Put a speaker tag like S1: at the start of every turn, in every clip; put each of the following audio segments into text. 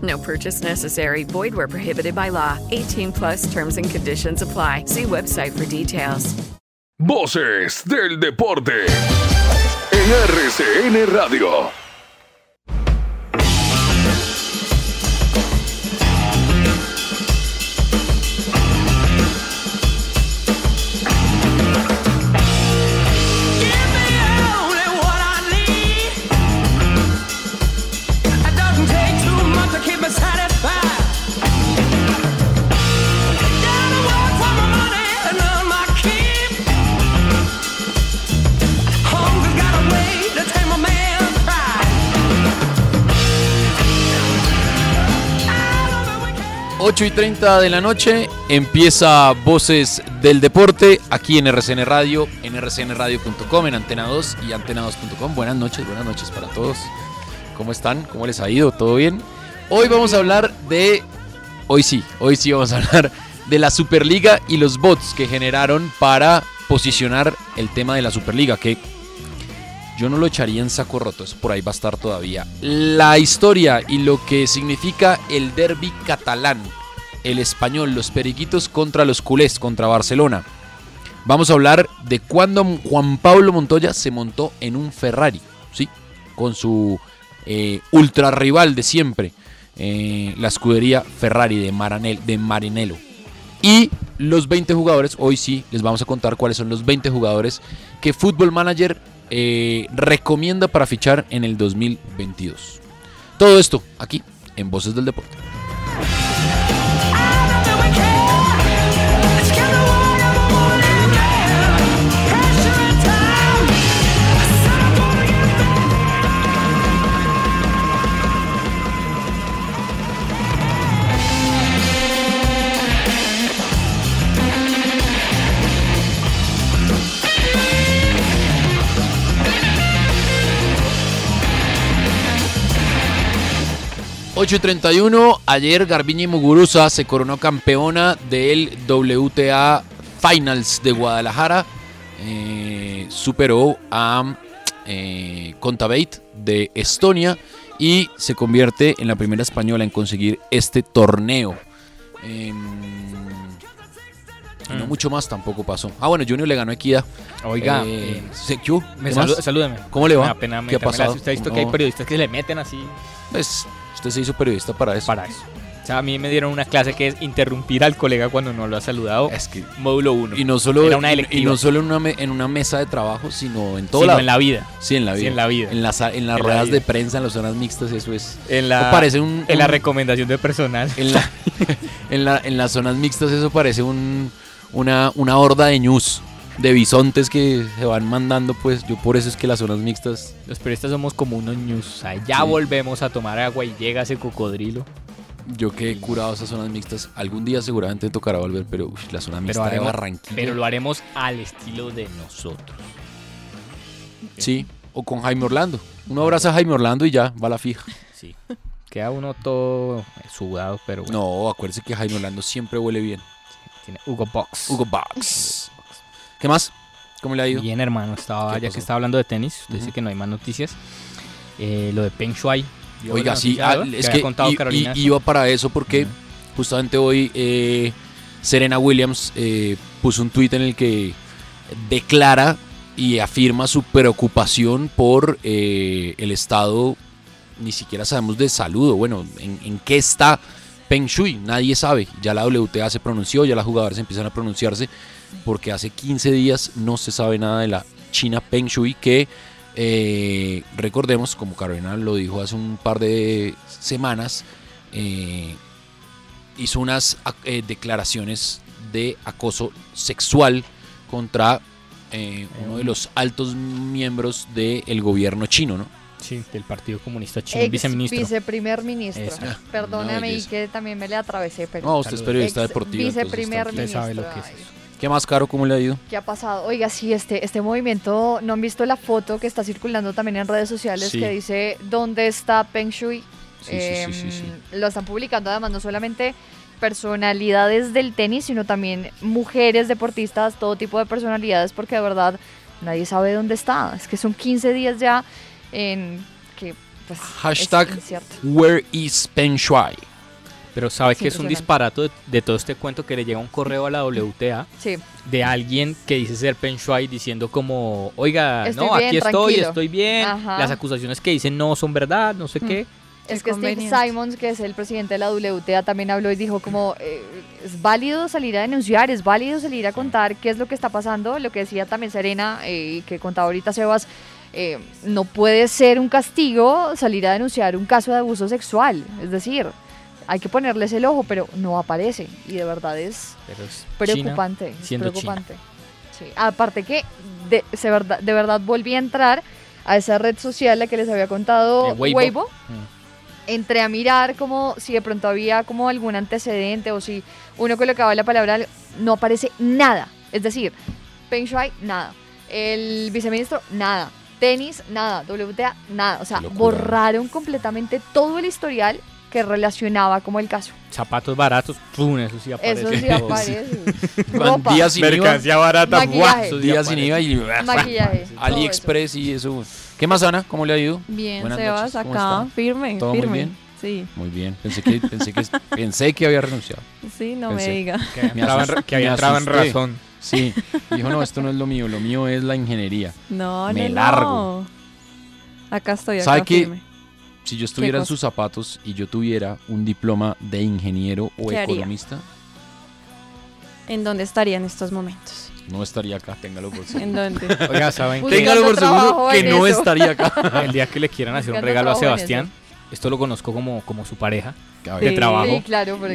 S1: No purchase necessary. Void where prohibited by law. 18 plus terms and conditions apply. See website for details.
S2: Voces del deporte en RCN Radio.
S3: Ocho y 30 de la noche empieza Voces del Deporte aquí en RCN Radio, en rcnradio.com, en Antena 2 y antena2.com. Buenas noches, buenas noches para todos. ¿Cómo están? ¿Cómo les ha ido? ¿Todo bien? Hoy vamos a hablar de... Hoy sí, hoy sí vamos a hablar de la Superliga y los bots que generaron para posicionar el tema de la Superliga, que yo no lo echaría en saco roto, eso por ahí va a estar todavía. La historia y lo que significa el derby catalán, el español, los periquitos contra los culés, contra Barcelona. Vamos a hablar de cuando Juan Pablo Montoya se montó en un Ferrari, ¿sí? Con su eh, ultra rival de siempre, eh, la escudería Ferrari de, Maranel, de Marinello. Y los 20 jugadores, hoy sí les vamos a contar cuáles son los 20 jugadores que Football Manager eh, recomienda para fichar en el 2022. Todo esto aquí en Voces del Deporte. y 31 ayer Garbiñe Muguruza se coronó campeona del WTA Finals de Guadalajara. Eh, superó a eh, Contabate de Estonia y se convierte en la primera española en conseguir este torneo. Eh, y no mucho más tampoco pasó. Ah, bueno, Junior le ganó a Equidad.
S4: Mm. Oiga,
S3: Eh,
S4: eh,
S3: ¿se- qué hubo?
S4: me
S3: ¿Qué más?
S4: salu- salúdeme.
S3: ¿Cómo le
S4: Me
S3: va?
S4: da pena
S3: ¿Qué ha
S4: meterme la-
S3: pasado?
S4: Usted ha visto que hay
S3: No,
S4: periodistas que se le meten así
S3: pues, usted se hizo periodista para eso.
S4: para eso. O sea, a mí me dieron una clase que es interrumpir al colega cuando no lo ha saludado.
S3: Es que
S4: Módulo 1.
S3: Y no solo,
S4: Era una
S3: y-
S4: electiva.
S3: y no solo en, una me- en una mesa de trabajo, sino en todo lado.
S4: en la vida.
S3: Sí, en la vida.
S4: Sí, en la vida.
S3: En las, en las
S4: En la
S3: ruedas
S4: vida.
S3: de prensa, en las zonas mixtas, eso es.
S4: En la,
S3: eso parece un.
S4: en la
S3: un-
S4: recomendación de personal.
S3: en, la- en la- en las zonas mixtas, eso parece un, una, una horda de ñus, de bisontes que se van mandando, pues. Yo por eso es que las zonas mixtas.
S4: Los periodistas somos como unos news. Allá
S3: Sí.
S4: volvemos a tomar agua y llega ese cocodrilo.
S3: Yo que he curado esas zonas mixtas. Algún día seguramente tocará volver, pero uff, la zona mixta
S4: Pero,
S3: de
S4: haremos-
S3: Barranquilla.
S4: pero lo haremos al estilo de nosotros.
S3: Sí, o con Jaime Orlando. Uno abraza a Jaime Orlando y ya, va la fija.
S4: Sí. Queda uno todo sudado, pero bueno.
S3: No, acuérdese que Jaime Orlando siempre huele bien.
S4: Tiene Hugo Box.
S3: Hugo Box. ¿Qué más? ¿Cómo le ha ido?
S4: Bien, hermano. Estaba,
S3: ¿Qué
S4: ya
S3: pasó?
S4: que estaba hablando de tenis, usted dice
S3: Ujú.
S4: que no hay más noticias. Eh, lo de Peng Shuai. ¿Vio
S3: Oiga,
S4: la
S3: sí,
S4: noticia,
S3: ah,
S4: verdad?
S3: es
S4: había
S3: que
S4: contado
S3: i- i-
S4: Carolina.
S3: iba para eso porque
S4: Ujú.
S3: justamente hoy eh, Serena Williams eh, puso un tuit en el que declara y afirma su preocupación por eh, el estado, ni siquiera sabemos de salud, o bueno, en, en qué está Peng Shui, nadie sabe, ya la WTA se pronunció, ya las jugadoras empiezan a pronunciarse, porque hace 15 días no se sabe nada de la China Peng Shui, que eh, recordemos, como Carolina lo dijo hace un par de semanas, eh, hizo unas ac- eh, declaraciones de acoso sexual contra eh, uno de los altos miembros del gobierno chino, ¿no?
S4: Sí, del Partido Comunista Chino,
S5: Ex
S4: viceministro.
S5: viceprimer ministro.
S4: Eso.
S3: Ah, una
S5: Perdóname y
S3: belleza.
S5: que también me le atravesé, pero.
S3: No, usted es
S4: Saludos.
S3: periodista
S5: Ex
S3: deportivo. entonces
S5: viceprimer
S3: tranquilo.
S4: Usted sabe lo que es
S5: Ay.
S4: eso.
S3: ¿Qué más caro? ¿Cómo le ha ido?
S5: ¿Qué ha pasado? Oiga, sí, este, este movimiento, ¿no han visto la foto que está circulando también en redes sociales
S3: Sí.
S5: que dice ¿Dónde está Peng Shui?
S3: Sí, sí, sí, sí, sí.
S5: Em, Lo están publicando además no solamente personalidades del tenis, sino también mujeres deportistas, todo tipo de personalidades, porque de verdad nadie sabe dónde está. Es que son 15 días ya en que pues es
S3: Hashtag
S5: incierto.
S3: Where is Peng Shui?
S4: Pero sabe
S5: Es
S4: que es un
S5: impresionante.
S4: disparato de, de todo este cuento que le llega un correo a la WTA
S5: Sí,
S4: de alguien que dice ser Peng Shuai diciendo como, oiga,
S5: Estoy
S4: no,
S5: bien,
S4: aquí estoy,
S5: tranquilo".
S4: estoy bien.
S5: Ajá.
S4: Las acusaciones que dicen no son verdad, no sé
S5: Mm.
S4: qué.
S5: Es que Steve
S6: conveniente.
S5: Simons, que es el presidente de la WTA, también habló y dijo como eh, es válido salir a denunciar, es válido salir a contar qué es lo que está pasando, lo que decía también Serena eh, y que contaba ahorita Sebas, eh, no puede ser un castigo salir a denunciar un caso de abuso sexual, es decir, hay que ponerles el ojo, pero no aparece y de verdad es
S4: Pero es China.
S5: preocupante, es
S4: siendo China.
S5: preocupante. Sí, Aparte que de, se verdad, de verdad volví a entrar a esa red social la que les había contado
S4: Eh, Weibo. Mm.
S5: entré a mirar como si de pronto había como algún antecedente o si uno colocaba la palabra no aparece nada. Es decir, Peng Shuai, nada. El viceministro, nada. Tenis, nada. WTA, nada. O sea,
S3: Qué locura.
S5: borraron completamente todo el historial que relacionaba como el caso.
S4: Zapatos baratos, pum, eso sí aparece.
S5: Eso sí
S4: Todo.
S5: aparece.
S3: Van
S5: Ropa,
S3: días sin IVA,
S4: barata,
S5: Maquillaje.
S4: guau, eso sí
S3: días sin
S4: aparece.
S3: IVA y
S5: maquillaje. todo
S3: AliExpress y eso. ¿Qué más, Ana? ¿Cómo le ha ido?
S6: Bien,
S3: Buenas
S6: Sebas,
S3: noches, ¿cómo
S6: acá,
S3: está?
S6: firme,
S3: ¿Todo muy
S6: firme.
S3: bien?
S6: Sí,
S3: Muy bien. Pensé que, pensé que, pensé que había renunciado.
S6: sí, no
S3: Pensé.
S6: me diga.
S4: Que había
S3: Me
S4: entrado en
S3: asus-
S4: ra- que había
S3: me
S4: entrado en
S3: asusté.
S4: razón.
S3: Sí. Dijo, no, esto no es lo mío. Lo mío es la ingeniería.
S6: No,
S3: Me
S6: no,
S3: largo.
S6: no. Acá estoy, acá
S3: ¿Sabe qué?
S6: firme.
S3: Si yo estuviera en
S6: cosa?
S3: sus zapatos y yo tuviera un diploma de ingeniero o
S6: ¿Qué haría?
S3: economista,
S6: ¿En dónde estaría en estos momentos?
S3: no estaría acá. Téngalo por
S6: ¿En
S3: seguro.
S6: dónde?
S4: Oiga, ¿saben
S5: Uy,
S4: qué?
S3: Téngalo por
S5: Buscando
S3: seguro
S5: trabajo
S3: que
S5: en
S3: no
S5: eso.
S3: estaría acá.
S4: El día que le quieran hacer un
S5: Buscando
S4: regalo a
S5: trabajo en
S4: Sebastián, esto lo conozco como, como su pareja
S3: A
S4: de
S3: ver,
S6: Sí.
S4: trabajo.
S5: Sí, claro, porque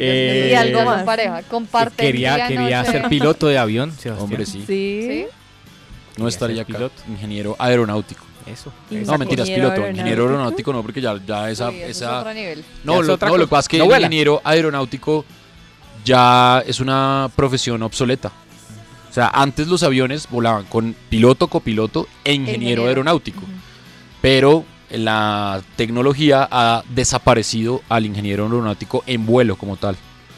S4: Eh,
S5: y algo
S6: algo
S5: más.
S6: más.
S5: pareja. Comparten
S4: quería
S5: día,
S4: quería
S5: noche.
S4: ser piloto de avión, Sebastián.
S3: Hombre,
S6: Sí.
S3: sí.
S5: ¿Sí?
S3: No
S4: Quería
S3: estaría
S4: ser
S3: acá.
S4: piloto.
S3: Ingeniero aeronáutico.
S4: Eso.
S6: Y
S4: eso.
S3: No, mentiras,
S6: Ingeniero
S3: piloto. Ingeniero aeronáutico no, porque ya, ya esa,
S5: Uy, eso es
S3: esa,
S5: otro nivel.
S4: Ya
S3: No,
S4: es
S3: lo,
S4: otra
S3: no, lo
S4: cosa.
S3: que pasa es que
S4: No
S3: el
S4: vuela.
S3: ingeniero aeronáutico ya es una profesión obsoleta. O sea, antes los aviones volaban con piloto, copiloto e ingeniero,
S5: Ingeniero.
S3: aeronáutico. Pero la tecnología ha desaparecido al ingeniero aeronáutico en vuelo como tal.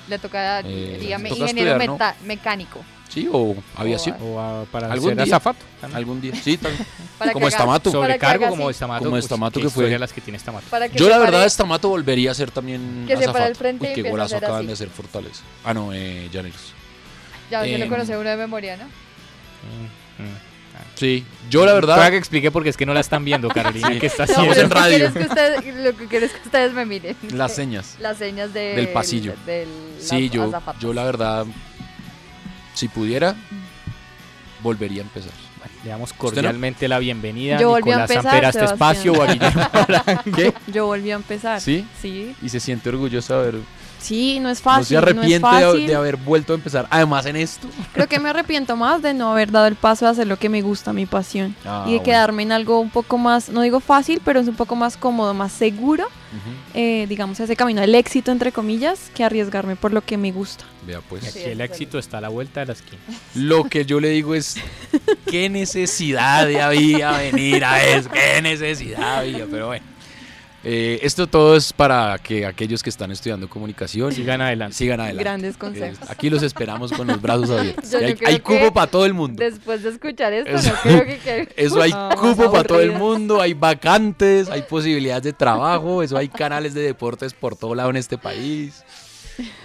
S5: Le toca,
S3: Eh,
S5: dígame,
S3: toca
S5: ingeniero
S3: estudiar, ¿no?
S5: meta- mecánico.
S3: ¿Sí? O aviación.
S4: O a- para
S3: Algún
S4: ser
S3: día.
S4: azafato. también.
S3: Algún día. Sí, tal-
S5: Para
S3: Como
S5: que haga-
S3: Stamato.
S5: para que
S4: Sobrecargo
S5: haga
S4: como
S5: así.
S4: Estamato. pues,
S3: Como Stamato que fue.
S4: las que tiene Estamato.
S5: Para que
S3: Yo
S5: se
S3: la
S5: pare-
S3: verdad, Estamato volvería a ser también
S5: Que se para
S3: azafato.
S5: al frente y
S3: Uy, qué
S5: empieza a
S3: golazo
S5: hacer
S3: acaban
S5: así.
S3: de hacer Fortaleza. Ah, no, eh, Llaneros.
S5: Ya yo
S3: Eh,
S5: lo conocí uno de memoria, ¿no?
S3: Sí, yo la
S4: Para
S3: verdad...
S4: que explique porque es que no la están viendo, Carolina, que está
S3: No,
S5: pero
S3: es en
S4: haciendo.
S5: lo que
S3: radio.
S5: quiero es que ustedes- lo que quiero es que ustedes me miren.
S3: Las señas.
S5: Las señas de-
S3: Del pasillo.
S5: Del,
S3: Sí,
S5: las
S3: yo,
S5: azafatas.
S3: yo la verdad, si pudiera, volvería a empezar.
S4: Le damos cordialmente la bienvenida
S6: Yo
S4: a
S6: volví a
S4: Nicolás
S6: empezar,
S4: Samper a este
S6: Sebastián.
S4: espacio o a Guillermo Arango.
S6: Yo volví a empezar.
S3: ¿Sí?
S6: Sí,
S3: Y se siente orgullosa de haber.
S6: sí, no es
S3: No
S6: fácil.
S3: se arrepiente
S6: no es
S3: de-
S6: fácil.
S3: de haber vuelto a empezar. Además, en esto.
S6: Creo que me arrepiento más de no haber dado el paso de hacer lo que me gusta, mi pasión.
S3: Ah,
S6: y de
S3: bueno.
S6: quedarme en algo un poco más, no digo fácil, pero es un poco más cómodo, más seguro, eh, digamos, ese camino al éxito, entre comillas, que arriesgarme por lo que me gusta.
S3: Vea,
S4: Y
S3: pues.
S4: aquí el éxito está a la vuelta de la esquina.
S3: Lo que yo le digo es: ¿qué necesidad de había venir a eso? ¿Qué necesidad había? Pero bueno. Eh, esto todo es para que aquellos que están estudiando comunicación
S4: Sigan adelante.
S3: sigan adelante.
S6: Grandes
S3: Eh,
S6: consejos.
S3: Aquí los esperamos con los brazos abiertos.
S5: Yo- yo
S3: hay
S5: creo
S3: hay cubo
S5: que
S3: para todo el mundo.
S5: Después de escuchar esto,
S3: Eso-
S5: no creo que quede-
S3: Eso hay
S6: Ah, más
S3: cupo para todo el
S6: aburridas.
S3: mundo, hay vacantes, hay posibilidades de trabajo, eso hay canales de deportes por todo lado en este país.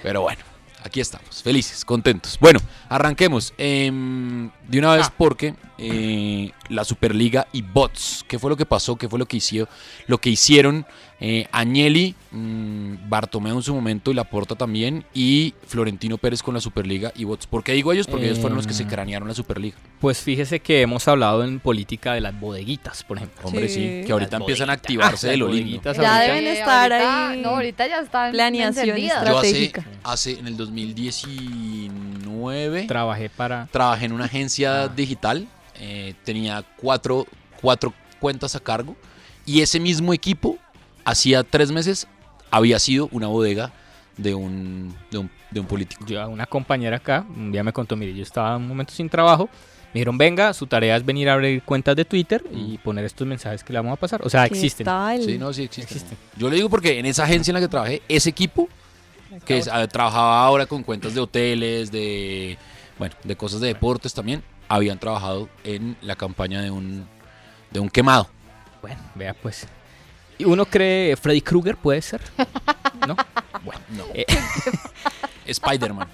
S3: Pero bueno, aquí estamos, felices, contentos. Bueno, arranquemos em, de una vez
S4: Ah.
S3: porque eh, la Superliga y bots. ¿Qué fue lo que pasó? ¿Qué fue lo que hicieron? Lo que hicieron eh, Agnelli, mm, Bartomeu en su momento y Laporta también y Florentino Pérez con la Superliga y bots. ¿Por qué digo ellos? Porque ellos fueron los que se
S4: Em.
S3: cranearon la Superliga.
S4: Pues fíjese que hemos hablado en política de las bodeguitas, por ejemplo.
S3: Hombre, sí,
S6: Sí.
S3: que ahorita
S4: Las
S3: empiezan a
S4: bodeguitas,
S3: activarse de
S4: las
S3: lo lindo.
S4: bodeguitas
S6: Ya
S4: ahorita.
S6: deben estar
S5: ahorita-
S6: ahí
S5: No, ahorita ya están
S6: planeación
S5: encendidas.
S3: Yo hace,
S6: Estratégica.
S3: hace en el 2019
S4: Trabajé para...
S3: trabajé en una agencia
S4: Ah.
S3: digital, eh, tenía cuatro, cuatro cuentas a cargo y ese mismo equipo hacía tres meses había sido una bodega de un, de un, de un político.
S4: Yo, una compañera acá un día me contó, mire, yo estaba un momento sin trabajo. Me dijeron, venga, su tarea es venir a abrir cuentas de Twitter
S3: Mm.
S4: y poner estos mensajes que le vamos a pasar. O sea,
S6: ¿Qué
S4: existen.
S6: tal?
S3: Ah, Sí, no, sí existe.
S4: Existe.
S3: Yo le digo porque en esa agencia en la que trabajé, ese equipo que es- ah, trabajaba ahora con cuentas de hoteles, de bueno, de cosas de deportes también, habían trabajado en la campaña de un de un quemado.
S4: Bueno, vea pues. ¿Y uno cree Freddy Krueger puede ser? ¿No?
S3: Bueno, no.
S4: Eh.
S3: Spider-Man.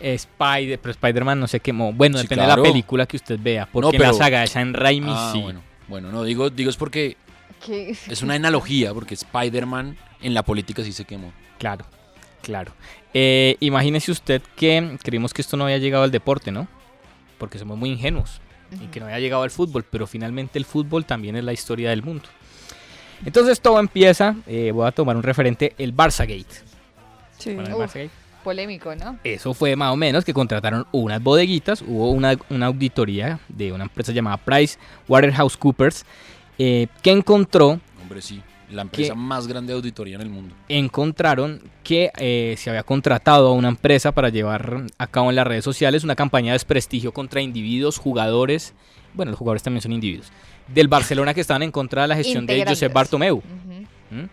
S4: Spider, pero Spider-Man no se quemó. Bueno,
S3: Sí,
S4: depende
S3: claro.
S4: de la película que usted vea. Porque
S3: No,
S4: en la
S3: pero-
S4: saga de San Raimi
S3: Ah,
S4: sí.
S3: bueno. Bueno, no digo digo es porque
S5: ¿Qué?
S3: es una analogía porque Spider-Man en la política sí se quemó.
S4: Claro, claro. Eh, imagínese usted que creímos que esto no había llegado al deporte, ¿no? Porque somos muy ingenuos y que no había llegado al fútbol, pero finalmente el fútbol también es la historia del mundo. Entonces todo empieza, eh, voy a tomar un referente, el Barçagate.
S6: Sí.
S4: Bueno, el
S5: Uf.
S4: Barçagate.
S5: Polémico, ¿no?
S4: Eso fue más o menos que contrataron unas bodeguitas, hubo una, una auditoría de una empresa llamada Price Waterhouse Coopers eh, que encontró
S3: Hombre, sí, la empresa
S4: ¿Qué?
S3: más grande de auditoría en el mundo.
S4: encontraron que eh, se había contratado a una empresa para llevar a cabo en las redes sociales una campaña de desprestigio contra individuos, jugadores, bueno, los jugadores también son individuos, del Barcelona que estaban en contra de la gestión de
S5: Integrantes.
S4: Josep Bartomeu.
S5: Ujú.
S4: ¿Mm?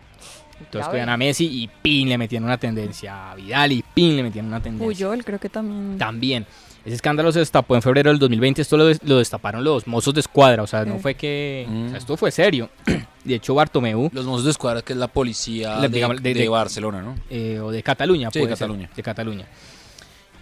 S5: Ya
S4: Entonces cogían
S5: ve.
S4: a Messi y pin le metían una tendencia, a Vidal y pin le metían una tendencia.
S6: Puyol creo que también.
S4: También. Ese escándalo se destapó en febrero del 2020. Esto lo, des- lo destaparon los mozos de escuadra. O sea, no
S6: Sí.
S4: fue que. o
S3: Mm.
S4: sea, esto fue serio. De hecho, Bartomeu
S3: Los Mossos de Escuadra, que es la policía
S4: La-
S3: de,
S4: digamos, de-
S3: de
S4: de-
S3: Barcelona, ¿no?
S4: eh, o de Cataluña.
S3: Sí, de
S4: puede ser,
S3: Cataluña.
S4: de Cataluña.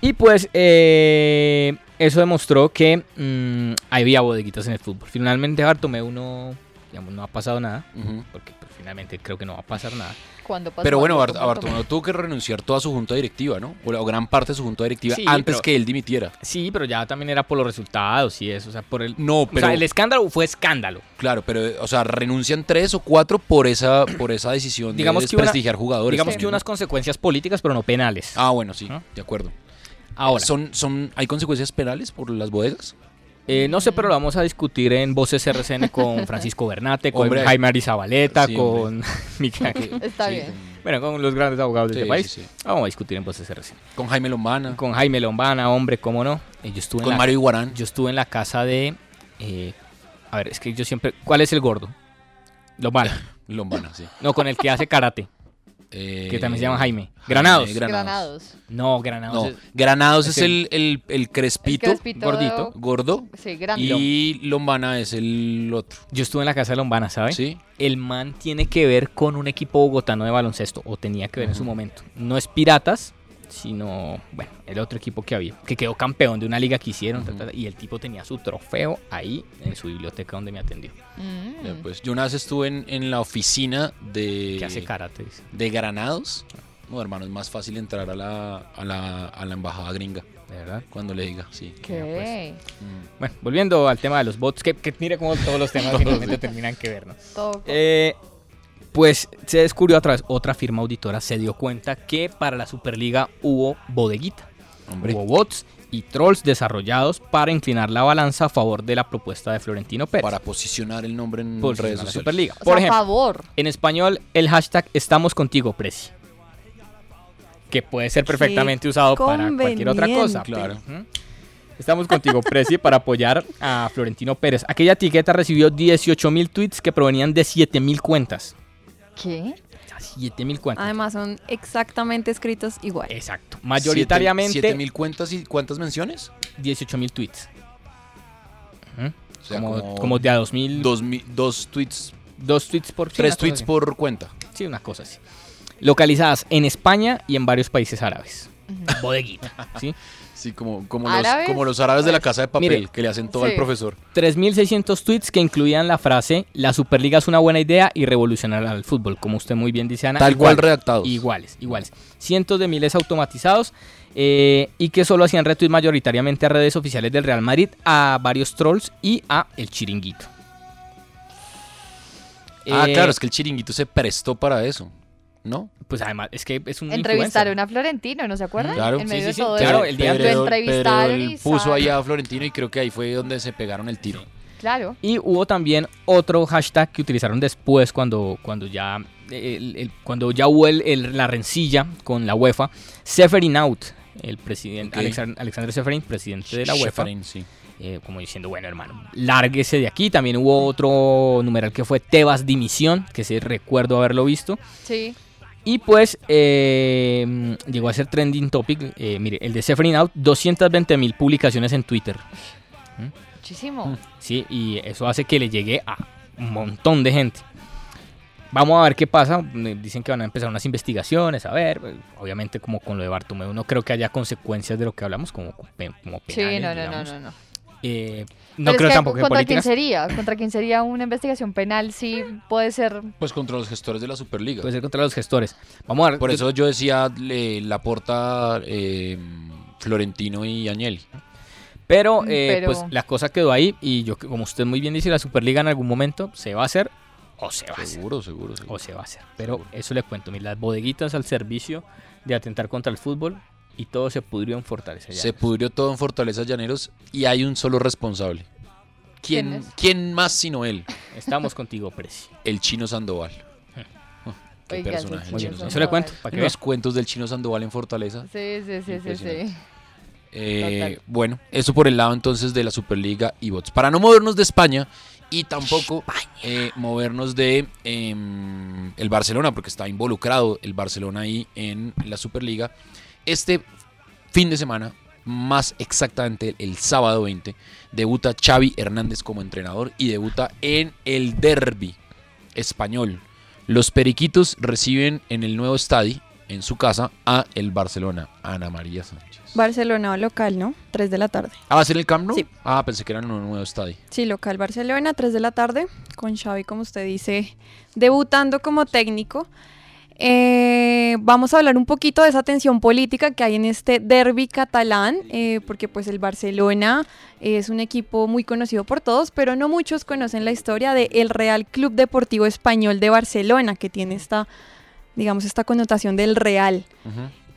S4: Y pues eh, eso demostró que mm, había bodeguitas en el fútbol. Finalmente Bartomeu no, digamos, no ha pasado nada,
S3: Ujú.
S4: porque pues, finalmente creo que no va a pasar nada.
S5: Cuando pasó
S3: Pero bueno,
S5: algo
S3: Bart-
S5: con
S3: a Bartomeu tuvo que renunciar toda su junta directiva, ¿no? O, la- o gran parte de su junta directiva
S4: Sí,
S3: antes
S4: pero-
S3: que él dimitiera.
S4: Sí, pero ya también era por los resultados y eso. O sea, por el,
S3: No,
S4: o
S3: pero
S4: sea, el escándalo fue escándalo.
S3: claro, pero o sea, renuncian tres o cuatro por esa por esa decisión
S4: Digamos
S3: de
S4: que una-
S3: desprestigiar jugadores.
S4: Digamos que
S3: también,
S4: unas
S3: ¿no?
S4: consecuencias políticas, pero no penales.
S3: Ah, bueno, sí,
S4: ¿Ah?
S3: de acuerdo.
S4: Ahora,
S3: ¿Son, son, ¿Hay consecuencias penales por las bodegas?
S4: Eh, no sé, pero lo vamos a discutir en Voces RCN con Francisco Bernate, con
S3: Hombre,
S4: Jaime Arizabaleta,
S3: sí,
S4: con
S3: hombre.
S4: Miguel-
S5: Está bien.
S3: con-
S4: Bueno, con los grandes abogados de
S3: Sí,
S4: este país.
S3: sí, sí.
S4: Vamos a discutir en Voces RCN.
S3: Con, Jaime Lombana, con,
S4: Con Jaime Lombana, hombre, cómo no. Eh, Yo estuve, en la,
S3: Mario Iguarán.
S4: yo estuve en la casa de... eh, a ver, es que yo siempre... ¿Cuál es el gordo? Lombana.
S3: Lombana, sí.
S4: No, con el que hace karate,
S3: Eh,
S4: que también se llama Jaime. Granados.
S5: Granados.
S4: No,
S3: No,
S4: Granados. es-
S3: Granados es,
S4: es
S3: el, el, el
S5: El
S3: crespito,
S5: crespito
S4: gordito.
S3: gordo
S5: Sí, grande.
S3: y Lombana es el otro.
S4: Yo estuve en la casa de Lombana, ¿sabes?
S3: ¿Sí?
S4: el man tiene que ver con un equipo bogotano de baloncesto, o tenía que ver en su momento. No es Piratas, sino, bueno, el otro equipo que había, que quedó campeón de una liga que hicieron, ta, ta, ta, y el tipo tenía su trofeo ahí en su biblioteca donde me atendió,
S5: Mm.
S3: Ya, pues, yo una vez estuve en, en la oficina de,
S4: que hace karate. dice.
S3: de Granados. No, hermano, es más fácil entrar a la, a la, a la embajada gringa
S4: ¿De verdad?
S3: cuando le diga, sí.
S5: ¿Qué?
S3: Mm.
S4: Bueno, volviendo al tema de los bots, que, que mire cómo todos los temas finalmente terminan que ver, ¿no?
S5: Todo.
S4: Eh, pues se descubrió a través, otra firma auditora se dio cuenta que para la Superliga hubo bodeguita.
S3: Hombre.
S4: Hubo bots y trolls desarrollados para inclinar la balanza a favor de la propuesta de Florentino Pérez.
S3: Para posicionar el nombre en
S4: por
S3: redes
S4: Pues, la
S3: sociales.
S4: Superliga. por
S5: O sea, a
S4: ejemplo,
S5: favor.
S4: en español el hashtag estamos contigo, Preci. Que puede ser perfectamente usado para cualquier otra cosa.
S3: conveniente.
S4: ¿Mm? Estamos contigo, Preci, para apoyar a Florentino Pérez. Aquella etiqueta recibió 18.000 tweets que provenían de 7.000 cuentas.
S5: ¿Qué?
S4: O sea, 7.000 cuentas.
S6: Además son exactamente escritos igual.
S4: Exacto.
S3: Siete-
S4: Mayoritariamente
S3: siete mil cuentas y cuántas menciones?
S4: 18.000 tweets. Ujú.
S3: O sea,
S4: como,
S3: como
S4: como de a 2.000. Dos,
S3: Dos, mi- dos tweets,
S4: tweets por sí,
S3: tres
S4: una cosa
S3: tweets
S4: así.
S3: por cuenta.
S4: Sí, una cosa así. Localizadas en España y en varios países árabes. bodeguita. ¿sí?
S3: Sí, como, como, los,
S5: ¿Árabes? pues.
S3: como los árabes de la casa de papel
S4: Mire.
S3: que le hacen todo
S5: Sí.
S3: al profesor.
S4: 3.600 tweets que incluían la frase La Superliga es una buena idea y revolucionará el fútbol, como usted muy bien dice, Ana.
S3: Tal cual
S4: igual,
S3: redactados.
S4: Iguales, iguales. Cientos de miles automatizados eh, y que solo hacían retweets mayoritariamente a redes oficiales del Real Madrid, a varios trolls y a El Chiringuito.
S3: Ah,
S4: Eh,
S3: claro, es que el chiringuito se prestó para eso, ¿no?
S4: Pues además, es que es un
S5: Entrevistaron
S4: influencer.
S5: a Florentino, ¿no se acuerdan?
S3: Claro.
S5: en
S3: Sí,
S5: medio
S4: sí, sí,
S5: de todo
S4: claro,
S5: eso.
S4: el día
S5: Lo
S4: anterior,
S5: entrevistaron
S3: él
S5: y
S3: puso
S5: sa-
S3: ahí a Florentino y creo que ahí fue donde se pegaron el tiro.
S5: Claro.
S4: Y hubo también otro hashtag que utilizaron después cuando, cuando ya el- el- cuando ya hubo el- el- la rencilla con la UEFA, Seferin out, el presidente
S3: Ok.
S4: Alexan- Alexander Seferin, presidente de la UEFA,
S3: Schäferin, sí.
S4: eh, como diciendo, bueno hermano, lárguese de aquí. También hubo otro numeral que fue Tebas dimisión, que sí recuerdo haberlo visto.
S5: Sí.
S4: Y pues eh, llegó a ser trending topic, eh, mire, el de Seferin out, 220 mil publicaciones en Twitter.
S3: Mm.
S5: Muchísimo.
S4: ¿sí? Y eso hace que le llegue a un montón de gente. Vamos a ver qué pasa. Me Dicen que van a empezar unas investigaciones, a ver. pues, Obviamente, como con lo de Bartomeu, no creo que haya consecuencias de lo que hablamos, como, con pe- como penales,
S5: Sí, no, no, no,
S4: digamos.
S5: no. no.
S4: Eh, no
S5: Pero es
S4: creo
S5: que
S4: tampoco que
S5: ¿Contra quién
S4: políticas.
S5: sería? ¿Contra quién sería una investigación penal? Sí, puede ser.
S3: Pues contra los gestores de la Superliga.
S4: Puede ser contra los gestores. Vamos a ver.
S3: Por
S4: yo-
S3: eso yo decía le, la porta eh, Florentino y Agnelli.
S4: Pero,
S5: Mm,
S4: eh,
S5: pero-
S4: pues la cosa quedó ahí. Y yo, como usted muy bien dice, la Superliga en algún momento se va a hacer o se va a hacer.
S3: Seguro, seguro, seguro.
S4: o se va a hacer. Pero eso le cuento, mira, las bodeguitas al servicio de atentar contra el fútbol y todo se pudrió en Fortaleza. ya.
S3: Se pudrió todo en Fortaleza Llaneros y hay un solo responsable. ¿Quién,
S5: ¿Quién es?
S3: quién más sino él?
S4: Estamos contigo, Presi.
S3: El chino Sandoval. Oh, Qué
S5: Eh. Oiga, ese
S3: personaje, el chino
S5: chino Sandoval.
S3: Sandoval.
S4: Eso le cuento, para que
S3: Los
S4: veas.
S3: cuentos del chino Sandoval en Fortaleza.
S5: Sí, sí, sí, sí, sí.
S3: Impresionante. Eh,
S5: Total.
S3: bueno, eso por el lado entonces de la Superliga y bots. Para no movernos de España y tampoco eh, movernos de em, el Barcelona, porque está involucrado el Barcelona ahí en la Superliga. Este fin de semana, más exactamente el sábado 20, debuta Xavi Hernández como entrenador y debuta en el derby español. Los periquitos reciben en el nuevo estadio, en su casa, a el Barcelona, Ana María Sánchez.
S6: Barcelona local, ¿no? 3 de la tarde.
S3: Ah, ¿va a ser el Camp Nou?
S6: Sí.
S3: Ah, pensé que era en un nuevo estadio.
S6: Sí, local Barcelona, 3 de la tarde, con Xavi, como usted dice, debutando como técnico. Eh, vamos a hablar un poquito de esa tensión política que hay en este derby catalán, eh, porque pues el Barcelona es un equipo muy conocido por todos, pero no muchos conocen la historia del el Real Club Deportivo Español de Barcelona, que tiene esta, digamos, esta connotación del Real.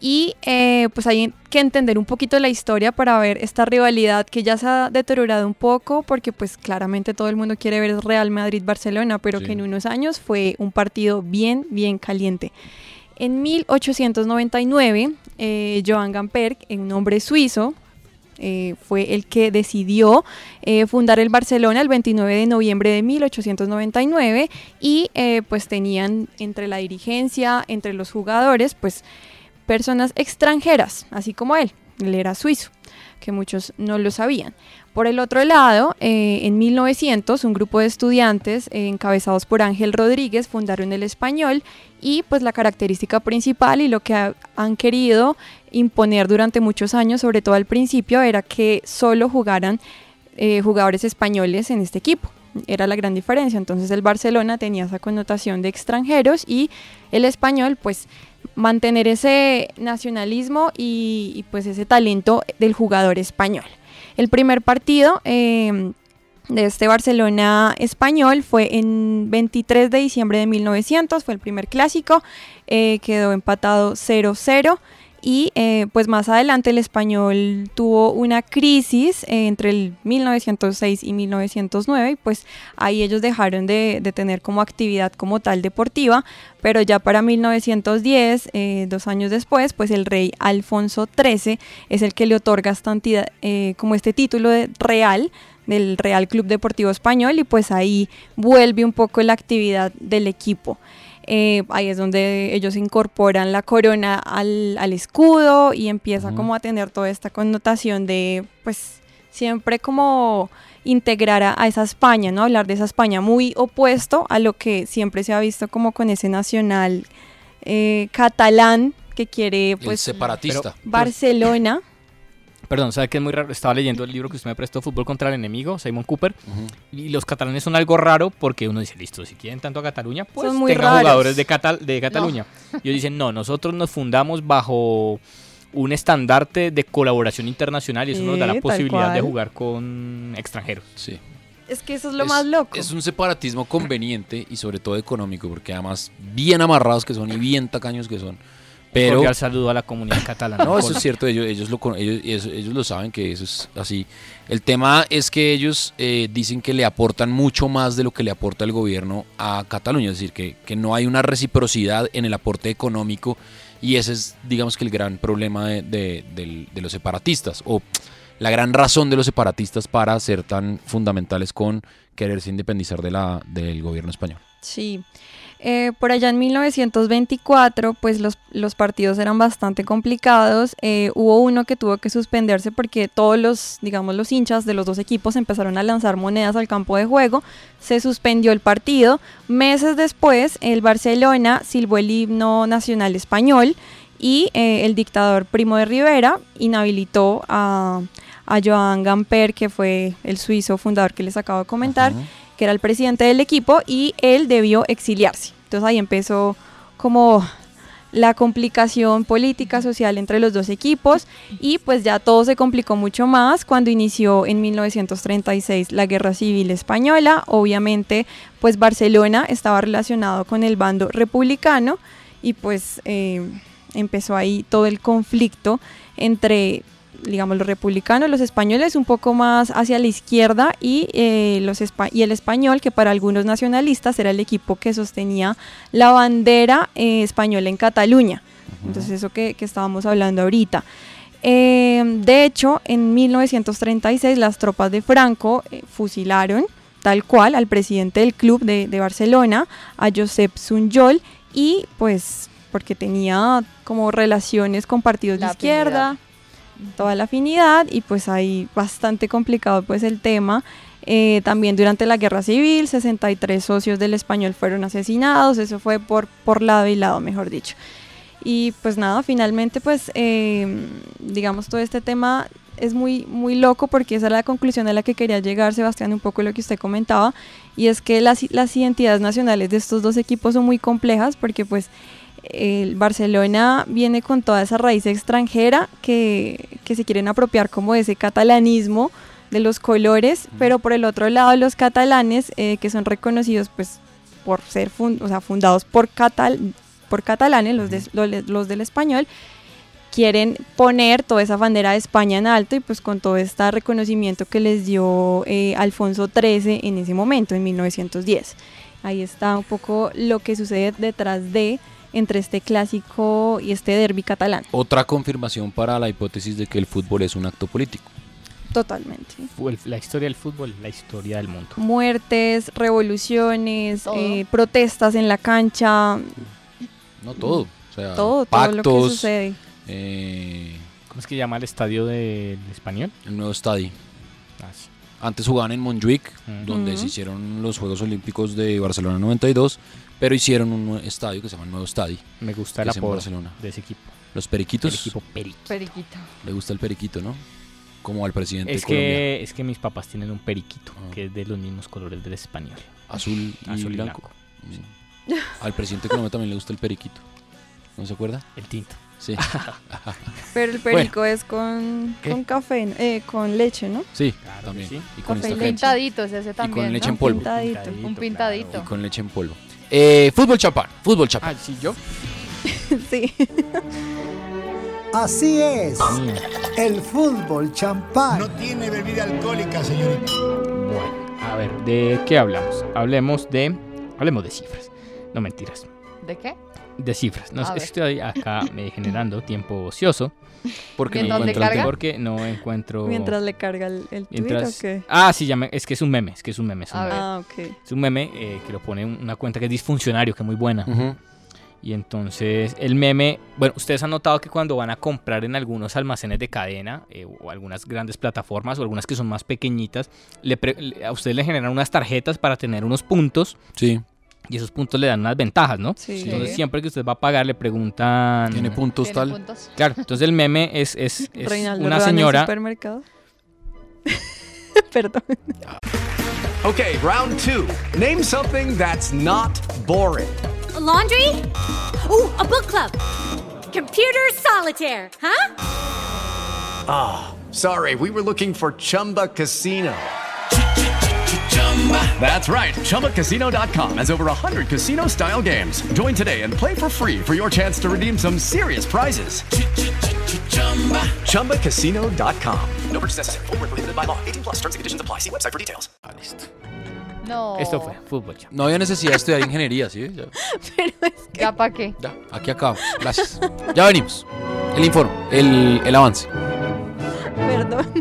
S6: Y eh, pues hay que entender un poquito la historia para ver esta rivalidad que ya se ha deteriorado un poco, porque pues claramente todo el mundo quiere ver Real Madrid-Barcelona, pero
S3: Sí.
S6: que en unos años fue un partido bien, bien caliente. En 1899, eh, Joan Gamper, un hombre suizo, eh, fue el que decidió eh, fundar el Barcelona el 29 de noviembre de 1899 y eh, pues tenían entre la dirigencia, entre los jugadores, pues personas extranjeras, así como él. Él era suizo, que muchos no lo sabían. Por el otro lado, eh, en 1900, un grupo de estudiantes eh, encabezados por Ángel Rodríguez fundaron el español y pues la característica principal y lo que ha- han querido imponer durante muchos años, sobre todo al principio, era que solo jugaran eh, jugadores españoles en este equipo. Era la gran diferencia. Entonces el Barcelona tenía esa connotación de extranjeros y el español pues mantener ese nacionalismo y, y, pues ese talento del jugador español. El primer partido eh, de este Barcelona español fue en 23 de diciembre de 1900, fue el primer clásico, eh, quedó empatado 0-0 y eh, pues más adelante el español tuvo una crisis eh, entre el 1906 y 1909 y pues ahí ellos dejaron de, de tener como actividad como tal deportiva, pero ya para 1910, eh, dos años después, pues el rey Alfonso XIII es el que le otorga esta entidad, eh, como este título de real del Real Club Deportivo Español y pues ahí vuelve un poco la actividad del equipo. Eh, ahí es donde ellos incorporan la corona al, al escudo y empieza
S3: Ujú.
S6: como a tener toda esta connotación de pues siempre como integrar a, a esa España, ¿no? Hablar de esa España muy opuesto a lo que siempre se ha visto como con ese nacional eh, catalán que quiere
S3: el
S6: pues
S3: separatista.
S6: Barcelona.
S4: Perdón, ¿sabes qué es muy raro? Estaba leyendo el libro que usted me prestó, Fútbol contra el Enemigo, Simon Cooper.
S3: Ujú.
S4: Y los catalanes son algo raro porque uno dice, listo, si quieren tanto a Cataluña, pues
S6: Son muy
S4: tengan
S6: raros.
S4: jugadores de, Catal- de Cataluña. Y ellos dicen, no, nosotros nos fundamos bajo un estandarte de colaboración internacional y eso nos da
S6: Eh,
S4: la
S6: tal
S4: posibilidad de
S6: cual.
S4: jugar con extranjeros.
S3: Sí.
S6: Es que eso es lo más loco.
S3: Es un separatismo conveniente y sobre todo económico, porque además bien amarrados que son y bien tacaños que son. Pero
S4: Cordial saludo a la comunidad catalana.
S3: No, eso
S4: Col-
S3: es cierto, ellos, ellos, lo, con- ellos, eso- ellos lo saben que eso es así. El tema es que ellos eh, dicen que le aportan mucho más de lo que le aporta el gobierno a Cataluña, es decir, que, que no hay una reciprocidad en el aporte económico y ese es, digamos que, el gran problema de, de- del- de los separatistas o la gran razón de los separatistas para ser tan fundamentales con quererse independizar de la, del gobierno español.
S6: Sí. Eh, por allá en 1924, pues los, los partidos eran bastante complicados. Eh, hubo uno que tuvo que suspenderse porque todos los, digamos, los hinchas de los dos equipos empezaron a lanzar monedas al campo de juego. Se suspendió el partido. Meses después, el Barcelona silbó el himno nacional español y eh, el dictador Primo de Rivera inhabilitó a, a Joan Gamper, que fue el suizo fundador que les acabo de comentar
S3: Ujú.
S6: que era el presidente del equipo, y él debió exiliarse. Entonces ahí empezó como la complicación política, social entre los dos equipos y pues ya todo se complicó mucho más cuando inició en 1936 la Guerra Civil Española. Obviamente pues Barcelona estaba relacionado con el bando republicano y pues eh, empezó ahí todo el conflicto entre digamos los republicanos, los españoles un poco más hacia la izquierda y, eh, los espa- y el español que para algunos nacionalistas era el equipo que sostenía la bandera eh, española en Cataluña. Entonces eso que, que estábamos hablando ahorita. Eh, de hecho, en 1936 las tropas de Franco eh, fusilaron tal cual al presidente del club de, de Barcelona, a Josep Sunyol, y pues porque tenía como relaciones con partidos
S5: La
S6: de izquierda, toda la afinidad, y pues ahí bastante complicado pues el tema. Eh, también durante la guerra civil, 63 socios del español fueron asesinados, eso fue por, por lado y lado, mejor dicho. Y pues nada, finalmente pues eh, digamos todo este tema es muy, muy loco porque esa era la conclusión a la que quería llegar Sebastián, un poco lo que usted comentaba, y es que las, las identidades nacionales de estos dos equipos son muy complejas porque pues el Barcelona viene con toda esa raíz extranjera que, que se quieren apropiar como de ese catalanismo de los colores, pero por el otro lado los catalanes eh, que son reconocidos pues por ser fun- o sea, fundados por, catal por catalanes, los, des- lo- los, del español, quieren poner toda esa bandera de España en alto y pues con todo este reconocimiento que les dio eh, Alfonso XIII en ese momento, en 1910. Ahí está un poco lo que sucede detrás de entre este clásico y este derby catalán.
S3: Otra confirmación para la hipótesis de que el fútbol es un acto político.
S6: Totalmente.
S4: Fue- La historia del fútbol, la historia del mundo.
S6: Muertes, revoluciones,
S5: Todo.
S6: eh, protestas en la cancha,
S3: No todo. O sea,
S6: todo,
S3: Ah, pactos,
S6: todo lo que sucede.
S3: eh,
S4: ¿Cómo es que llama el estadio del español?
S3: el nuevo estadio.
S4: Ah, sí.
S3: Antes jugaban en Montjuic,
S4: Mm.
S3: donde se
S6: Ujú.
S3: hicieron los Juegos Olímpicos de Barcelona 92, pero hicieron un nue- estadio que se llama el Nuevo Estadio,
S4: Me gusta
S3: que
S4: el
S3: es en
S4: apodo
S3: Barcelona.
S4: de ese equipo.
S3: Los
S4: El
S3: Periquitos,
S4: equipo perico.
S5: Periquito.
S3: le gusta el Periquito, ¿no? Como al presidente
S4: Es
S3: de Colombia.
S4: que, es que mis papás tienen un periquito
S3: Ah.
S4: que es de los mismos colores del español.
S3: Azul y
S4: Azul y
S3: blanco.
S4: blanco.
S3: Sí. Al presidente de Colombia también le gusta el Periquito. ¿No se acuerda?
S4: El tinto.
S3: Sí,
S6: Pero el perico es con,
S3: ¿Qué?
S6: con café, ¿no? Eh, con leche, ¿no?
S3: sí,
S4: Claro que
S3: también.
S4: sí.
S3: Y con esta
S6: Café
S3: gente.
S6: y leche.
S5: Pintadito se hace también.
S3: leche
S5: ¿no?
S3: en polvo.
S6: Pintadito.
S5: Un pintadito.
S3: Y con leche en polvo. Eh, fútbol chapán, fútbol chapán.
S4: Ah, sí, yo.
S6: sí.
S7: Así es,
S4: Mm.
S7: el fútbol champán.
S4: Bueno, a ver, ¿de qué hablamos? Hablemos de. Hablemos de cifras. No mentiras.
S5: ¿De qué?
S4: De cifras. No,
S5: A ver.
S4: estoy acá eh, generando tiempo ocioso. Ah,
S3: Porque
S5: ¿Y en
S3: no
S5: dónde
S3: encuentro el
S5: carga?
S3: tema.
S4: Porque no encuentro.
S6: Mientras le carga el, el tuit,
S4: mientras-
S6: ¿o qué?
S4: Ah, sí, ya me- es que es un meme. Es que es un meme. Es un,
S5: A
S4: meme.
S5: ver.
S6: Ah, ok.
S4: Es un meme, eh, que lo pone un- una cuenta que es disfuncionario, que es muy buena.
S3: Ujú.
S4: Y entonces el meme, bueno, ustedes han notado que cuando van a comprar en algunos almacenes de cadena eh, o algunas grandes plataformas o algunas que son más pequeñitas, le pre- le- a ustedes le generan unas tarjetas para tener unos puntos
S3: Sí.
S4: Y esos puntos le dan unas ventajas, ¿no?
S6: Sí.
S4: Entonces siempre que usted va a pagar le preguntan...
S3: Tiene puntos
S5: ¿Tiene
S3: tal.
S5: puntos?
S4: Claro, entonces el meme es, es, es
S6: Reinaldo
S4: una
S6: Rueda en el
S4: señora...
S6: supermercado. Perdón.
S8: Okay, round two. Name something that's not boring.
S9: laundry? Ooh, a book club. Computer solitaire, huh?
S8: Sorry, we were looking for Chumba Casino. That's right. ChumbaCasino.com has over 100 casino style games. Join today and play for free for your chance to redeem some serious prizes. ChumbaCasino.com. No purchase necessary. Void where prohibited by law. 18 plus terms and conditions apply. See website for details.
S3: Ah, listo.
S5: No.
S4: Esto fue fútbol. Champ.
S3: No había necesidad de estudiar ingeniería, ¿sí? Ya,
S6: Pero es que.
S5: ¿Ya para qué?
S3: ya, aquí acabamos. Gracias. Ya venimos. El informe, el, el avance.
S6: Perdón.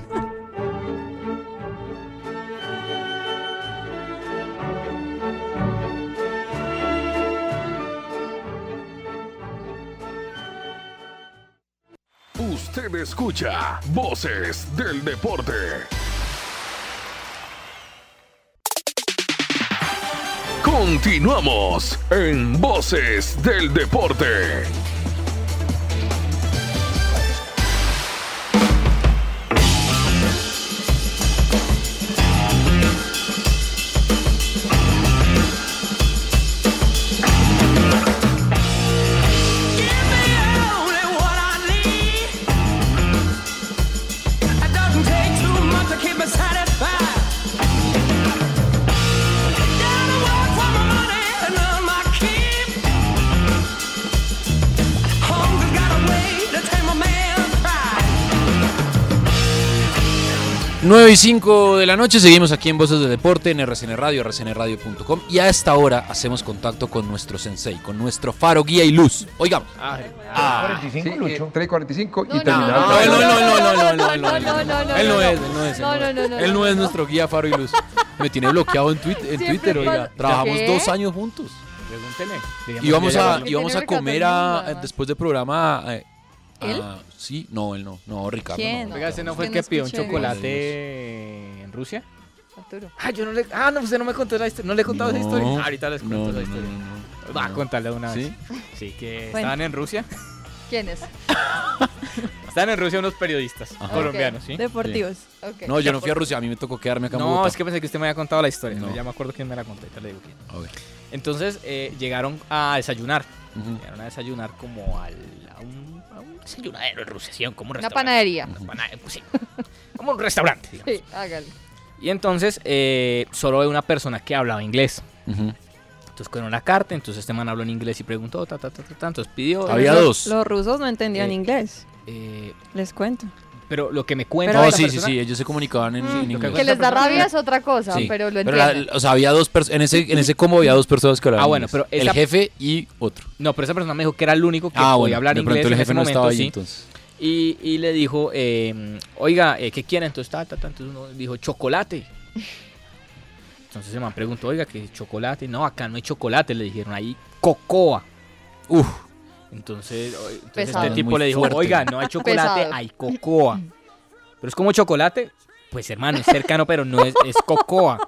S2: Usted escucha Voces del Deporte. Continuamos en Voces del Deporte.
S3: Nueve y 5 de la noche, seguimos aquí en Voces del Deporte, en RCN Radio, rcnradio.com y a esta hora hacemos contacto con nuestro sensei, con nuestro faro, guía y luz. Oigamos.
S5: y terminamos.
S3: No, él no, él no, él no, él no, él no, él no, él no,
S5: No, no, no,
S3: él no
S5: no,
S3: es, él
S5: no.
S3: no es, él
S5: No,
S3: no
S5: no,
S3: es.
S5: no, no,
S3: Él no
S5: no,
S3: es
S5: no.
S3: nuestro guía faro y luz. Me tiene bloqueado en Twitter, en
S5: Siempre
S3: Twitter, oiga.
S5: pasa-
S3: Trabajamos
S5: ¿Qué?
S3: dos años juntos.
S4: Pregúntele.
S3: Y vamos a,
S5: llamarlo.
S3: y vamos a
S5: Tiene bloqueado
S3: comer
S5: el
S3: a,
S5: mundo, ¿no?
S3: después del programa. eh, a-
S5: ¿Él?
S3: sí, no, él no, no, Ricardo.
S6: ¿Quién?
S3: no.
S4: Oiga, ¿ese no
S6: Es
S4: fue el
S6: que
S4: que
S6: no
S4: pidió un
S6: escuché.
S4: chocolate en Rusia?
S5: Arturo.
S4: Ah, yo no le... Ah, no, usted no me contó la historia. No le he contado esa historia.
S3: No,
S4: Ah, ahorita les cuento
S3: no,
S4: esa
S3: no,
S4: historia.
S3: no, no, no,
S4: Va a
S3: no.
S4: contarle una
S3: ¿Sí?
S4: vez. Sí, que
S6: Bueno.
S4: estaban en Rusia.
S5: ¿Quién es?
S4: Estaban en Rusia unos periodistas
S3: Ajá.
S4: colombianos, ¿sí?
S6: Deportivos.
S5: Ok.
S3: No, yo no fui a Rusia, a mí me tocó quedarme acá en
S4: No,
S3: Bogotá.
S4: es pues que pensé que usted me había contado la historia.
S3: No.
S4: Ya me acuerdo quién me la contó. ahorita le digo quién.
S3: A ver.
S4: Entonces eh, llegaron a desayunar.
S3: Ujú.
S4: Llegaron a desayunar como al- a, un, a un desayunadero en Rusia, sí, como un
S5: Una
S4: restaurante.
S5: panadería.
S4: Pana- pues sí. Como un restaurante, digamos.
S5: Sí, hágale.
S4: Y entonces eh, solo había una persona que hablaba inglés.
S3: Ujú.
S4: Entonces con una carta, entonces este man habló en inglés y preguntó, ta, ta, ta, ta, ta, entonces pidió.
S3: Había
S6: Los-
S3: dos.
S6: Los rusos no entendían
S4: Eh,
S6: inglés.
S4: eh,
S6: Les cuento.
S4: pero lo que me cuenta...
S3: No,
S4: la
S3: Oh, sí, sí,
S4: persona- Mm,
S3: sí, ellos se comunicaban en, en
S4: lo que
S3: inglés.
S5: Que les da
S4: persona-
S5: rabia es otra cosa,
S3: Sí,
S5: pero lo
S3: la-
S5: entienden.
S3: o sea, había dos personas. En ese, en ese combo había dos personas que hablaban.
S4: Ah, bueno,
S3: inglés.
S4: pero
S3: El
S4: esa-
S3: jefe y otro.
S4: No, pero esa persona me dijo que era el único que
S3: Ah,
S4: podía
S3: bueno.
S4: hablar
S3: de pronto
S4: inglés
S3: el
S4: en
S3: jefe
S4: ese
S3: no
S4: momento,
S3: estaba ahí
S4: sí.
S3: entonces.
S4: Y, y le dijo, eh, oiga, eh, ¿qué quieren? Entonces, ta, ta, ta. Entonces uno dijo, chocolate. Entonces el man preguntó, oiga, ¿qué es chocolate? No, acá no hay chocolate, le dijeron, ahí cocoa.
S3: Uf,
S4: Entonces, o- entonces
S5: Pesado.
S4: este tipo
S3: Muy
S4: le dijo,
S3: fuerte.
S4: oiga, no hay chocolate,
S5: Pesado.
S4: hay cocoa. Pero es como chocolate, pues hermano, es cercano, pero no es, es cocoa.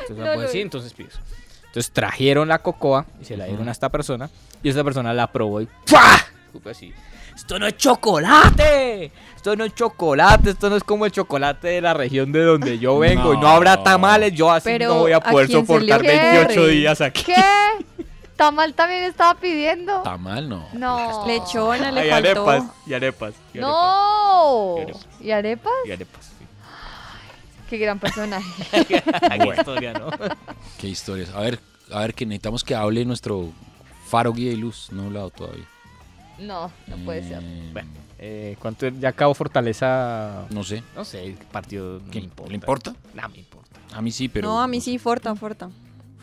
S4: Entonces,
S5: No,
S4: pues,
S5: no,
S4: sí,
S5: no.
S4: entonces pides. Entonces trajeron la cocoa y se la dieron a esta persona. Y esta persona la probó y ¡fua! Fue Así. ¡Esto no es chocolate! ¡Esto no es chocolate! Esto no es como el chocolate de la región de donde yo vengo. No,
S3: No.
S4: habrá tamales, yo así
S6: Pero,
S4: no voy a
S6: ¿a
S4: poder
S6: quién se le
S4: soportar
S5: ocurre?
S4: 28 días aquí.
S5: ¿Qué? ¿Tamal también estaba pidiendo?
S3: está mal, no.
S9: Oh.
S5: No.
S6: Lechona le
S4: Ay,
S6: faltó.
S4: arepas, y arepas, y arepas,
S5: No.
S4: Y arepas.
S5: ¿Y arepas?
S4: y arepas. sí.
S5: Qué gran personaje.
S4: Ay, qué historia, ¿no?
S3: Qué historias. A ver, a ver, que necesitamos que hable nuestro faro guía y luz. No he hablado todavía.
S5: No, no puede ser.
S3: Eh,
S4: Bueno, eh, ¿cuánto ya acabó Fortaleza?
S3: No sé.
S4: No sé, qué partido no
S3: ¿Qué-
S4: me importa.
S3: le importa?
S4: No me importa.
S3: A mí sí, pero.
S6: No, a mí sí, Forta, Forta.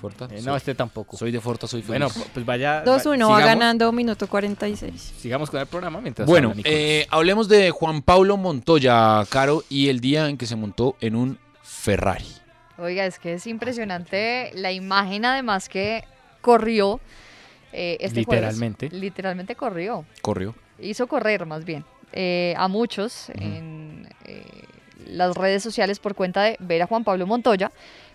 S3: Forta.
S4: Eh,
S3: soy,
S4: no, este tampoco.
S3: soy de Forta, soy feliz.
S4: bueno, pu- pues vaya.
S6: 2-1,
S4: va-
S6: va
S4: sigamos-
S6: ganando minuto 46.
S4: Sigamos con el programa mientras.
S3: Bueno,
S4: habla Nicolás.
S3: eh, hablemos de Juan Pablo Montoya, Caro, y el día en que se montó en un Ferrari.
S5: Oiga, es que es impresionante la imagen además que corrió. eh, este jueves.
S4: Literalmente.
S5: Literalmente corrió.
S3: Corrió.
S5: hizo correr más bien eh, a muchos en eh, las redes sociales por cuenta de ver a Juan Pablo Montoya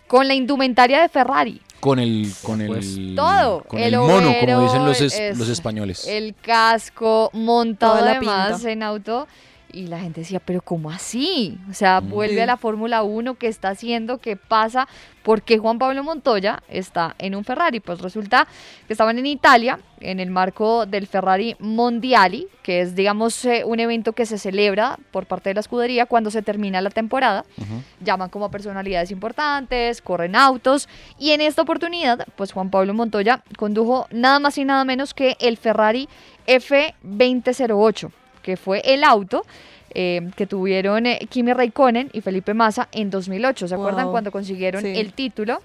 S5: con la indumentaria de Ferrari.
S3: Con el, con el,
S5: Todo.
S3: con el, mono,
S5: overo,
S3: como dicen los, es-
S5: es-
S3: los españoles.
S5: El casco montado
S6: Toda la
S5: además
S6: pinta.
S5: en auto. Y la gente decía, pero ¿cómo así? O sea,
S3: Mm.
S5: vuelve a la Fórmula 1, ¿qué está haciendo? ¿Qué pasa? ¿Por qué Juan Pablo Montoya está en un Ferrari? Pues resulta que estaban en Italia, en el marco del Ferrari Mondiali, que es, digamos, eh, un evento que se celebra por parte de la escudería cuando se termina la temporada llaman como a personalidades importantes, corren autos y en esta oportunidad, pues Juan Pablo Montoya condujo nada más y nada menos que el Ferrari F2008, que fue el auto eh, que tuvieron eh, Kimi Raikkonen y Felipe Massa en 2008. ¿Se acuerdan
S6: Wow.
S5: cuando consiguieron
S6: Sí.
S5: el título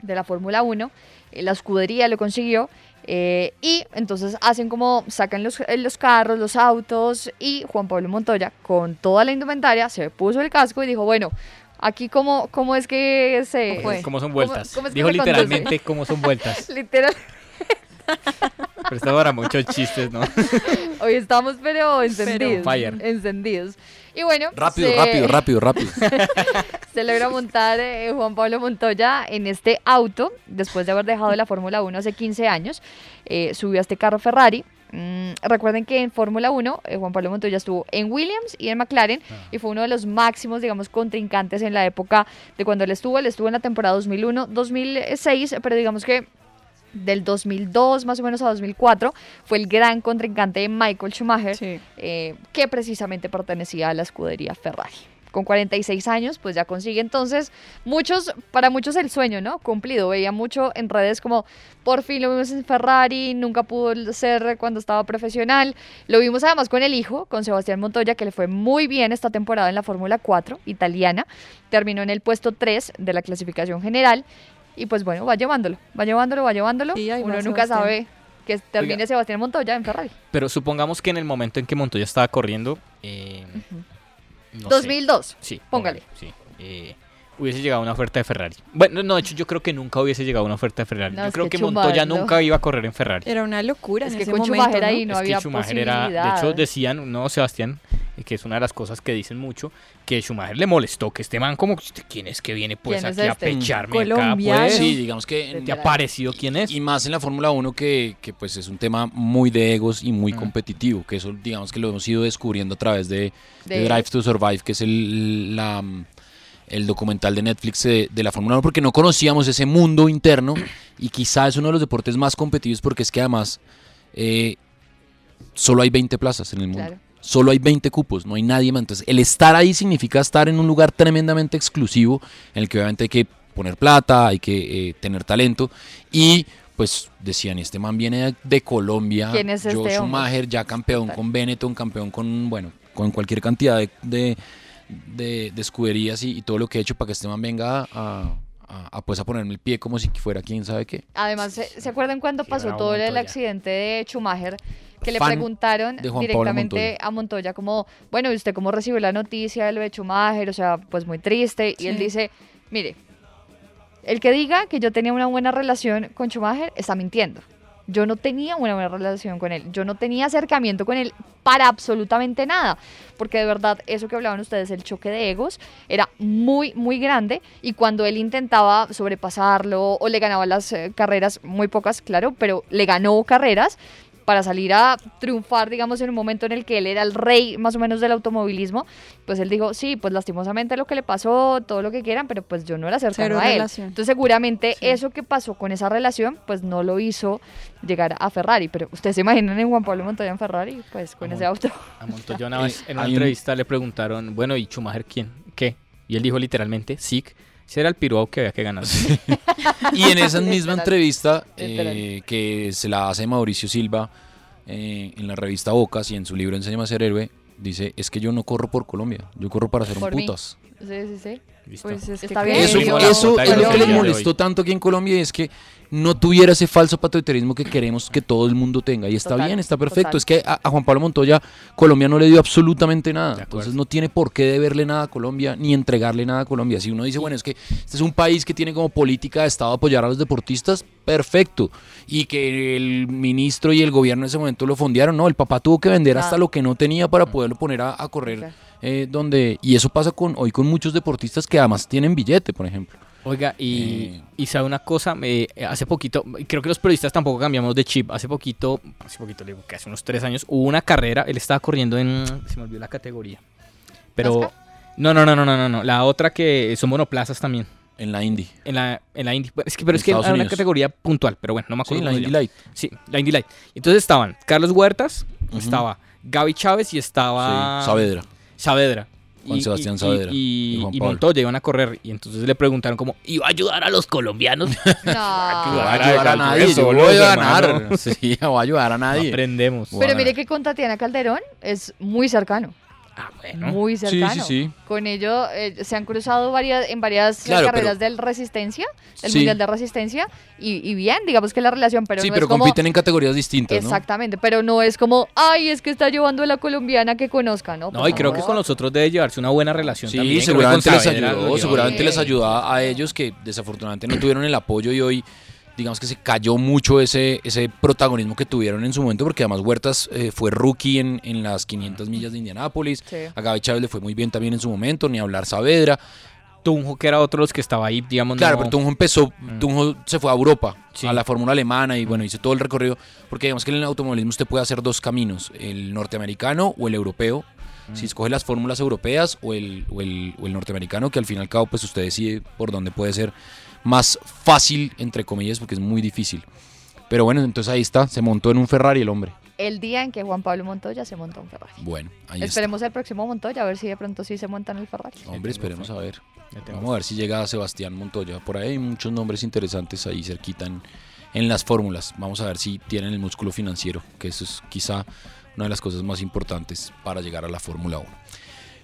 S5: de la Fórmula 1? Eh, La escudería lo consiguió. eh, y entonces hacen como sacan los, eh, los carros, los autos y Juan Pablo Montoya con toda la indumentaria se puso el casco y dijo, bueno, aquí cómo, cómo es que se...
S4: ¿Cómo, cómo son
S5: cómo-
S4: vueltas?
S5: cómo es que
S4: Dijo
S5: se conduce?
S4: literalmente cómo son vueltas.
S5: Literal,
S4: Pero esto ahora muchos chistes, ¿no?
S5: hoy estamos pero encendidos.
S4: fire.
S5: Encendidos. Y bueno,
S3: Rápido,
S5: se-
S3: rápido, rápido, rápido.
S5: se logra montar eh, Juan Pablo Montoya en este auto después de haber dejado la Fórmula 1 hace 15 años. eh, subió a este carro Ferrari. Mm, recuerden que en Fórmula 1 eh, Juan Pablo Montoya estuvo en Williams y en McLaren y fue uno de los máximos, digamos, contrincantes en la época de cuando él estuvo. Él estuvo en la temporada 2001-2006, pero digamos que del 2002 más o menos a 2004 fue el gran contrincante de Michael Schumacher
S6: Sí.
S5: eh, que precisamente pertenecía a la escudería Ferrari. Con 46 años, pues ya consigue entonces muchos, para muchos el sueño, ¿no? Cumplido. Veía mucho en redes como, por fin lo vimos en Ferrari, nunca pudo ser cuando estaba profesional. Lo vimos además con el hijo, con Sebastián Montoya, que le fue muy bien esta temporada en la Fórmula 4 italiana. Terminó en el puesto 3 de la clasificación general. Y pues bueno, va llevándolo, va llevándolo, va llevándolo.
S6: Sí, ahí va
S5: Uno nunca
S6: Sebastián.
S5: sabe que termine
S4: Oiga.
S5: Sebastián Montoya en Ferrari.
S4: Pero supongamos que en el momento en que Montoya estaba corriendo. eh, no sé.
S5: 2002.
S4: Sí.
S5: Póngale.
S4: Sí. eh, hubiese llegado una oferta de Ferrari. Bueno, no, de hecho, yo creo que nunca hubiese llegado una oferta de Ferrari.
S5: No,
S4: yo
S5: es
S4: creo
S5: que
S4: que, Montoya
S5: Schumacher,
S4: nunca iba a correr en Ferrari.
S6: Era una locura
S5: Es
S6: en
S5: que
S6: ese
S5: con
S6: momento,
S5: Schumacher
S6: ¿no?
S5: ahí no
S4: es
S5: había
S4: que Schumacher era, de
S5: posibilidad.
S4: hecho decían, no, Sebastián, eh, que es una de las cosas que dicen mucho, que Schumacher le molestó, que este man como, ¿quién es que viene pues
S5: ¿Quién es
S4: aquí a
S5: este?
S4: pecharme
S6: Colombiano.
S4: acá? Pues,
S3: Sí, digamos que en-
S4: ¿Te ha parecido quién es?
S3: Y más en la Fórmula 1 que, que, pues es un tema muy de egos y muy competitivo, que eso digamos que lo hemos ido descubriendo a través de, de
S5: De-
S3: Drive to Survive, que es el, la, el documental de Netflix de, de la Fórmula 1, porque no conocíamos ese mundo interno y quizá es uno de los deportes más competitivos porque es que además eh, solo hay 20 plazas en el mundo.
S5: Claro.
S3: Solo hay 20 cupos, no hay nadie más. Entonces, el estar ahí significa estar en un lugar tremendamente exclusivo, en el que obviamente hay que poner plata, hay que eh, tener talento. Y pues decían, este man viene de, de Colombia,
S5: ¿Quién es
S3: Joe
S5: este hombre?
S3: Schumacher, ya campeón
S5: Total.
S3: con Benetton, campeón con, bueno, con cualquier cantidad de, de, de- de escuderías y, y todo lo que he hecho para que este man venga a, a- a, pues, a ponerme el pie como si fuera quién sabe qué.
S5: Además, ¿se, se acuerdan cuando
S4: Qué
S5: pasó
S4: bravo
S5: todo el
S4: Montoya.
S5: accidente de Schumacher? Que le
S3: Fan
S5: preguntaron
S3: de Juan Pablo
S5: directamente
S3: Montoya.
S5: a Montoya como, bueno, ¿y usted cómo recibió la noticia de lo de Schumacher? O sea, pues muy triste. Y él
S6: Sí.
S5: dice, mire, el que diga que yo tenía una buena relación con Schumacher está mintiendo. Yo no tenía una buena relación con él. Yo no tenía acercamiento con él para absolutamente nada. Porque de verdad, eso que hablaban ustedes, el choque de egos, era muy, muy grande. Y cuando él intentaba sobrepasarlo o le ganaba las eh, carreras, muy pocas, claro, pero le ganó carreras para salir a triunfar, digamos, en un momento en el que él era el rey más o menos del automovilismo, pues él dijo, sí, pues lastimosamente lo que le pasó, todo lo que quieran, pero pues yo no era cercano
S6: Cero
S5: a él.
S6: relación.
S5: Entonces seguramente
S6: Sí.
S5: eso que pasó con esa relación, pues no lo hizo llegar a Ferrari, pero ustedes se imaginan en Juan Pablo Montoya en Ferrari, pues con
S4: Amor.
S5: ese auto.
S4: A Montoya una
S3: Eh,
S4: vez en una
S3: hay un-
S4: entrevista le preguntaron, bueno, ¿y Schumacher quién? ¿Qué? Y él dijo literalmente, Sick. Ese era el piruao que había que ganar.
S3: Y en esa misma
S5: Literal,
S3: entrevista
S5: literal.
S3: eh, que se la hace Mauricio Silva eh, en la revista Bocas y en su libro Enséñame a ser héroe, dice, es que yo no corro por Colombia, yo corro para ser un
S5: Por mí.
S3: putas.
S5: Sí, sí, sí.
S4: Listo.
S6: Pues es que
S5: Está bien.
S6: creo
S3: Eso,
S6: yo-
S4: Eso-
S3: eso es lo que
S4: Colombia.
S3: les molestó tanto aquí en Colombia y es que no tuviera ese falso patriotismo que queremos que todo el mundo tenga. Y está
S5: Total,
S3: bien, está perfecto.
S5: total.
S3: Es que a, a Juan Pablo Montoya Colombia no le dio absolutamente nada.
S4: De acuerdo.
S3: Entonces no tiene por qué deberle nada a Colombia ni entregarle nada a Colombia. Si uno dice, bueno, es que este es un país que tiene como política de Estado apoyar a los deportistas, perfecto. Y que el ministro y el gobierno en ese momento lo fondearon. No, el papá tuvo que vender hasta
S5: Claro. Mm.
S3: lo que no tenía para poderlo poner a, a correr.
S5: Claro.
S3: eh, donde, y eso pasa con, hoy con muchos deportistas que además tienen billete, por ejemplo.
S4: Oiga, y, y sabe una cosa, me- hace poquito, creo que los periodistas tampoco cambiamos de chip. Hace poquito, hace poquito, le digo que hace unos tres años, hubo una carrera, él estaba corriendo en. Se me olvidó la categoría. Pero. No, no, no, no, no, no, no. La otra que son monoplazas también.
S3: En la Indy.
S4: En la, en la Indy. Es que, pero
S3: En
S4: es que
S3: Estados
S4: era una
S3: Unidos.
S4: categoría puntual, pero bueno, no me acuerdo.
S3: Sí, la
S4: cómo se
S3: Indy
S4: llama.
S3: Light.
S4: Sí, la Indy Light. Entonces estaban Carlos Huertas,
S3: Ujú.
S4: estaba Gaby Chávez y estaba.
S3: Sí, Saavedra.
S4: Saavedra.
S3: Juan
S4: Y-
S3: Sebastián
S4: y-
S3: Saavedra
S4: Y,
S3: y Juan
S4: y
S3: Pablo.
S4: Montoya iban a correr. Y entonces le preguntaron como, ¿iba a ayudar a los colombianos?
S5: No.
S3: No va a ayudar a nadie, yo voy a ganar. Sí, no va a ayudar a nadie.
S4: Aprendemos.
S5: Pero mire que con Tatiana Calderón es muy cercano.
S4: Ah,
S5: Muy
S3: Sí,
S5: cercano.
S3: sí, sí.
S5: Con ello eh, se han cruzado varias, en varias
S3: Claro,
S5: carreras del Resistencia, del
S3: Sí.
S5: Mundial de Resistencia, y, y bien, digamos que la relación, pero
S3: sí,
S5: no
S3: pero
S5: es como...
S3: compiten en categorías distintas, ¿no?
S5: Exactamente, pero no es como, ay, es que está llevando a la colombiana que conozca, ¿no?
S4: No, y creo que con los otros debe llevarse una buena relación
S3: Sí,
S4: también. Creo que
S3: seguramente
S4: con
S3: les
S4: Saavedra lo
S3: ayudó,
S4: lleva
S3: seguramente
S4: bien.
S3: les ayudó a a ellos que desafortunadamente no tuvieron el apoyo y hoy digamos que se cayó mucho ese, ese protagonismo que tuvieron en su momento porque además Huertas eh, fue rookie en, en las 500 millas de Indianápolis,
S5: Sí.
S3: a Gaby Chávez le fue muy bien también en su momento, ni hablar Saavedra.
S4: Tunjo que era otro de los que estaba ahí, digamos.
S3: Claro,
S4: no- Ah.
S3: pero Tunjo empezó, Tunjo se fue a Europa,
S4: Sí.
S3: a la Fórmula Alemana y bueno, hizo todo el recorrido, porque digamos que en el automovilismo usted puede hacer dos caminos, el norteamericano o el europeo,
S4: Mm.
S3: si escoge las fórmulas europeas o el, o, el, o el norteamericano, que al fin y al cabo pues usted decide por dónde puede ser más fácil, entre comillas, porque es muy difícil. Pero bueno, entonces ahí está, se montó en un Ferrari el hombre.
S5: El día en que Juan Pablo Montoya se montó un Ferrari.
S3: Bueno, ahí
S5: Esperemos el próximo Montoya, a ver si de pronto sí se montan el Ferrari.
S3: está. Hombre, esperemos a ver.
S4: Ya tengo.
S3: Vamos a ver si llega Sebastián Montoya. Por ahí hay muchos nombres interesantes ahí cerquita en, en las fórmulas. Vamos a ver si tienen el músculo financiero, que eso es quizá una de las cosas más importantes para llegar a la Fórmula 1.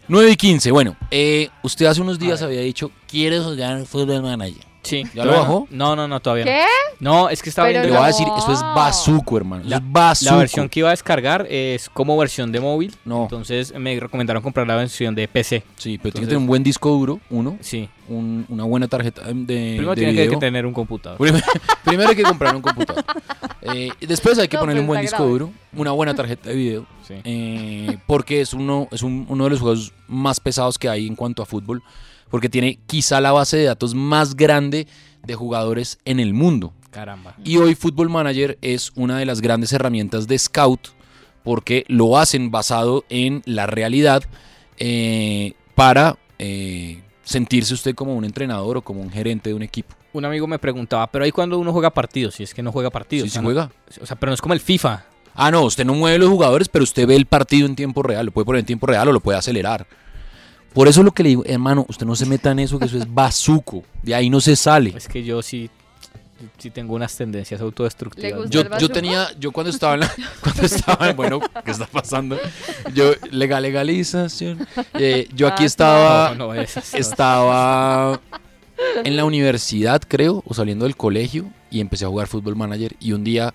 S3: 9 y 15. Bueno, eh, usted hace unos días había dicho, ¿quieres jugar Football Manager?
S4: Sí.
S3: ¿Ya lo
S4: todavía
S3: bajó?
S4: No, no, no, todavía no.
S5: ¿Qué?
S4: No, es que estaba
S5: Pero
S3: Le
S4: viendo
S3: voy
S5: no.
S3: a decir, eso es bazuco, hermano. Eso es bazuco.
S4: La versión que iba a descargar es como versión de móvil.
S3: No,
S4: Entonces me recomendaron comprar la versión de PC.
S3: sí, pero tiene que
S4: entonces-
S3: tener un buen disco duro, uno,
S4: Sí.
S3: un- una buena tarjeta eh, de,
S4: Primero
S3: Eh, de
S4: tiene que-
S3: video.
S4: que tener un computador.
S3: Primero, primero hay que comprar un computador. Eh, después hay que
S5: No,
S3: ponerle
S5: pero
S3: un buen
S5: está
S3: disco
S5: grave.
S3: duro, una buena tarjeta de video,
S4: Sí.
S3: eh, porque es uno, es un- uno de los juegos más pesados que hay en cuanto a fútbol, porque tiene quizá la base de datos más grande de jugadores en el mundo.
S4: Caramba.
S3: Y hoy Football Manager es una de las grandes herramientas de Scout porque lo hacen basado en la realidad eh, para eh, sentirse usted como un entrenador o como un gerente de un equipo.
S4: Un amigo me preguntaba, pero ahí cuando uno juega partidos, si es que no juega partidos.
S3: Sí,
S4: o
S3: sí
S4: sea, no-
S3: juega.
S4: o sea, pero no es como el FIFA.
S3: Ah, no, usted no mueve los jugadores, pero usted ve el partido en tiempo real, lo puede poner en tiempo real o lo puede acelerar. Por eso lo que le digo, hermano, usted no se meta en eso, que eso es bazuco. De ahí no se sale.
S5: Pues,
S4: Es que yo sí, sí tengo unas tendencias autodestructivas.
S5: Le gusta
S3: Yo,
S5: el
S3: yo
S5: bazuco?
S3: tenía, yo cuando estaba en la, cuando estaba en- bueno, ¿qué está pasando? Yo, legal, legalización. Eh, yo aquí
S5: Ah,
S3: estaba,
S4: No, no, esas no.
S3: estaba en la universidad, creo, o saliendo del colegio, y empecé a jugar fútbol manager. Y un día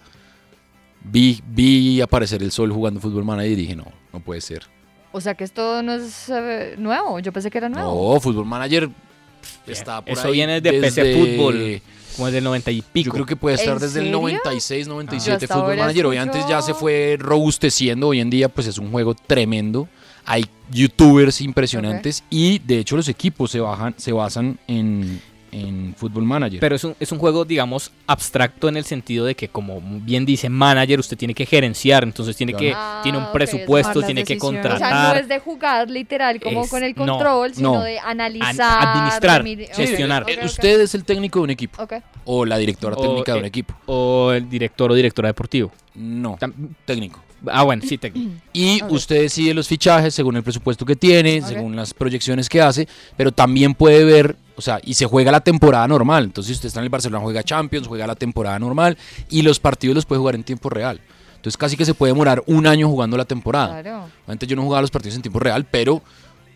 S3: vi, vi aparecer el sol jugando fútbol manager y dije, no, no puede ser.
S5: O sea que esto no es eh, nuevo, yo pensé que era nuevo.
S3: No, Fútbol Manager pf,
S4: Bien.
S3: está por
S4: Eso
S3: ahí
S4: viene de PC Fútbol, Como es del 90 y pico.
S3: Yo creo que puede estar
S5: ¿En
S3: desde el
S5: serio?
S3: 96, 97
S5: hasta
S3: Fútbol
S5: ahora
S3: Manager. Hoy
S5: escucho-
S3: antes ya se fue robusteciendo. Hoy en día pues es un juego tremendo. Hay youtubers impresionantes y de hecho los equipos se, bajan, se basan en, en Fútbol Manager.
S4: Pero es un, es un juego, digamos, abstracto en el sentido de que, como bien dice manager, usted tiene que gerenciar, entonces tiene que,
S5: Claro.
S4: tiene un
S5: Ah, ok,
S4: presupuesto,
S6: tomar las
S4: tiene que
S6: decisiones.
S5: O sea,
S4: contratar,
S5: no es de jugar literal como
S4: Ah. Es-
S5: con el
S4: no,
S5: control, sino
S3: no.
S5: de
S4: an-
S5: analizar,
S4: administrar,
S5: remir- ok,
S4: gestionar.
S5: ok, ok.
S3: Eh, Usted es el técnico de un equipo
S5: Ok.
S3: o la directora
S4: O,
S3: técnica de un
S4: eh,
S3: equipo.
S4: O el director o directora deportivo.
S3: No,
S4: Tam-
S3: técnico.
S4: Ah, bueno, sí, técnico.
S3: Y
S5: Ok.
S3: usted decide los fichajes según el presupuesto que tiene,
S5: Ok.
S3: según las proyecciones que hace, pero también puede ver, o sea, y se juega la temporada normal. Entonces, si usted está en el Barcelona, juega Champions, juega la temporada normal y los partidos los puede jugar en tiempo real. Entonces, casi que se puede demorar un año jugando la temporada.
S5: Claro.
S3: Antes yo no jugaba los partidos en tiempo real, pero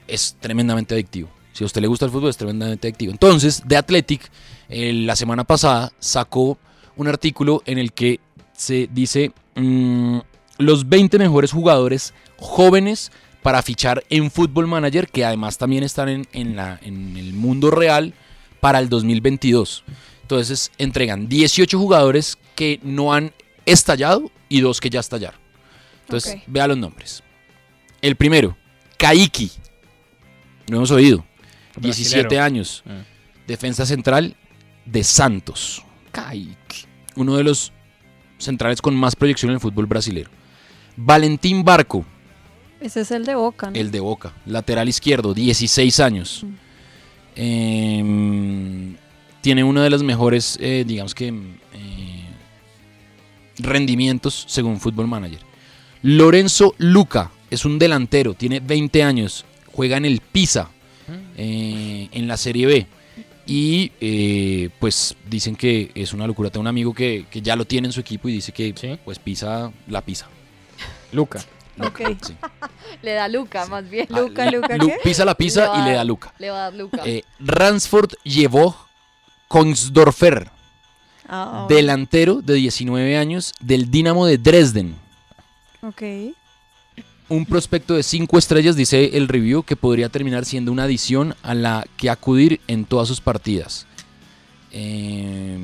S3: es tremendamente adictivo. Si a usted le gusta el fútbol, es tremendamente adictivo. Entonces, The Athletic, eh, la semana pasada, sacó un artículo en el que se dice mm, los 20 mejores jugadores jóvenes para fichar en Fútbol Manager, que además también están en, en la, en el mundo real para el 2022. Entonces, entregan 18 jugadores que no han estallado y dos que ya estallaron. Entonces,
S6: Ok.
S3: vea los nombres. El primero, Kaiki. No hemos oído.
S4: Brasilero.
S3: 17 años.
S4: Mm.
S3: defensa central de Santos. Caic, uno de los centrales con más proyección en el fútbol brasileño. Valentín Barco,
S6: Ese es el de Boca, ¿no? Mm.
S3: el de Boca, lateral izquierdo, 16 años. Eh, tiene uno de los mejores, eh, digamos que, eh, rendimientos según Football Manager. Lorenzo Luca es un delantero, tiene 20 años, juega en el Pisa,
S6: Mm.
S3: eh, en la Serie B. Y eh, pues dicen que es una locura. Tengo un amigo que, que ya lo tiene en su equipo y dice que pues Pisa la pisa.
S4: Luca.
S6: Ok.
S3: sí.
S5: Le da Luca, más bien.
S3: Ah,
S5: Luca,
S3: Lu-
S5: Luca,
S3: Lu-
S5: ¿qué?
S3: pisa la pisa
S5: va
S3: y
S5: a-
S3: le da Luca.
S5: Le va a dar Luca.
S3: Eh, Ransford llevó Kongsdorfer,
S5: Oh.
S6: Ah,
S3: delantero de 19 años del Dinamo de Dresden.
S6: ok.
S3: Un prospecto de 5 estrellas, dice el review, que podría terminar siendo una adición a la que acudir en todas sus partidas. Eh,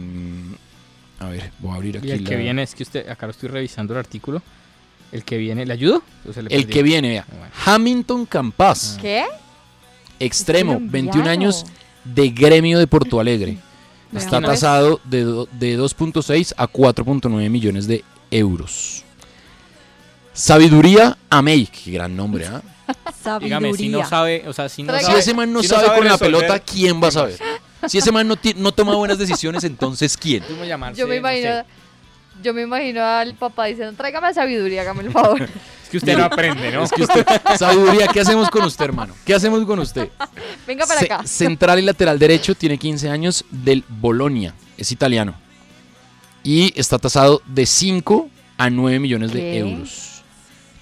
S3: a ver, voy a abrir aquí.
S4: Y el que
S3: la-
S4: viene es que usted, acá lo estoy revisando el artículo. El que viene, ¿le ayudo? ¿O se le
S3: El
S4: perdió?
S3: que viene, vea.
S4: Bueno.
S3: Hamilton Campas,
S5: ¿Qué?
S3: extremo,
S5: colombiano.
S3: 21 años, de gremio de Porto Alegre.
S6: Vea
S3: Está
S6: pues.
S3: tasado de, do- de 2.6 a 4.9 millones de euros. Sabiduría Amey, qué gran nombre, ¿ah?
S4: Dígame, si no
S6: Sabiduría.
S4: sabe, o sea, si no
S5: Traiga-
S3: Si
S4: sabe,
S3: ese man no
S4: si
S3: sabe, con la
S4: resolver,
S3: pelota, ¿quién va a saber? Si ese man no, ti- no toma buenas decisiones, entonces ¿quién?
S4: ¿cómo llamarse?
S5: Yo me
S4: No sé.
S5: imagino. Yo me imagino al papá diciendo, tráigame sabiduría, hágame el favor.
S4: Es que usted no aprende, ¿no?
S3: Es que usted, sabiduría, ¿qué hacemos con usted, hermano? ¿Qué hacemos con usted?
S5: Venga para
S3: Ce-
S5: acá.
S3: Central y lateral derecho, tiene 15 años, del Bolonia, es italiano. Y está tasado de 5 a 9 millones de
S5: ¿Qué?
S3: euros.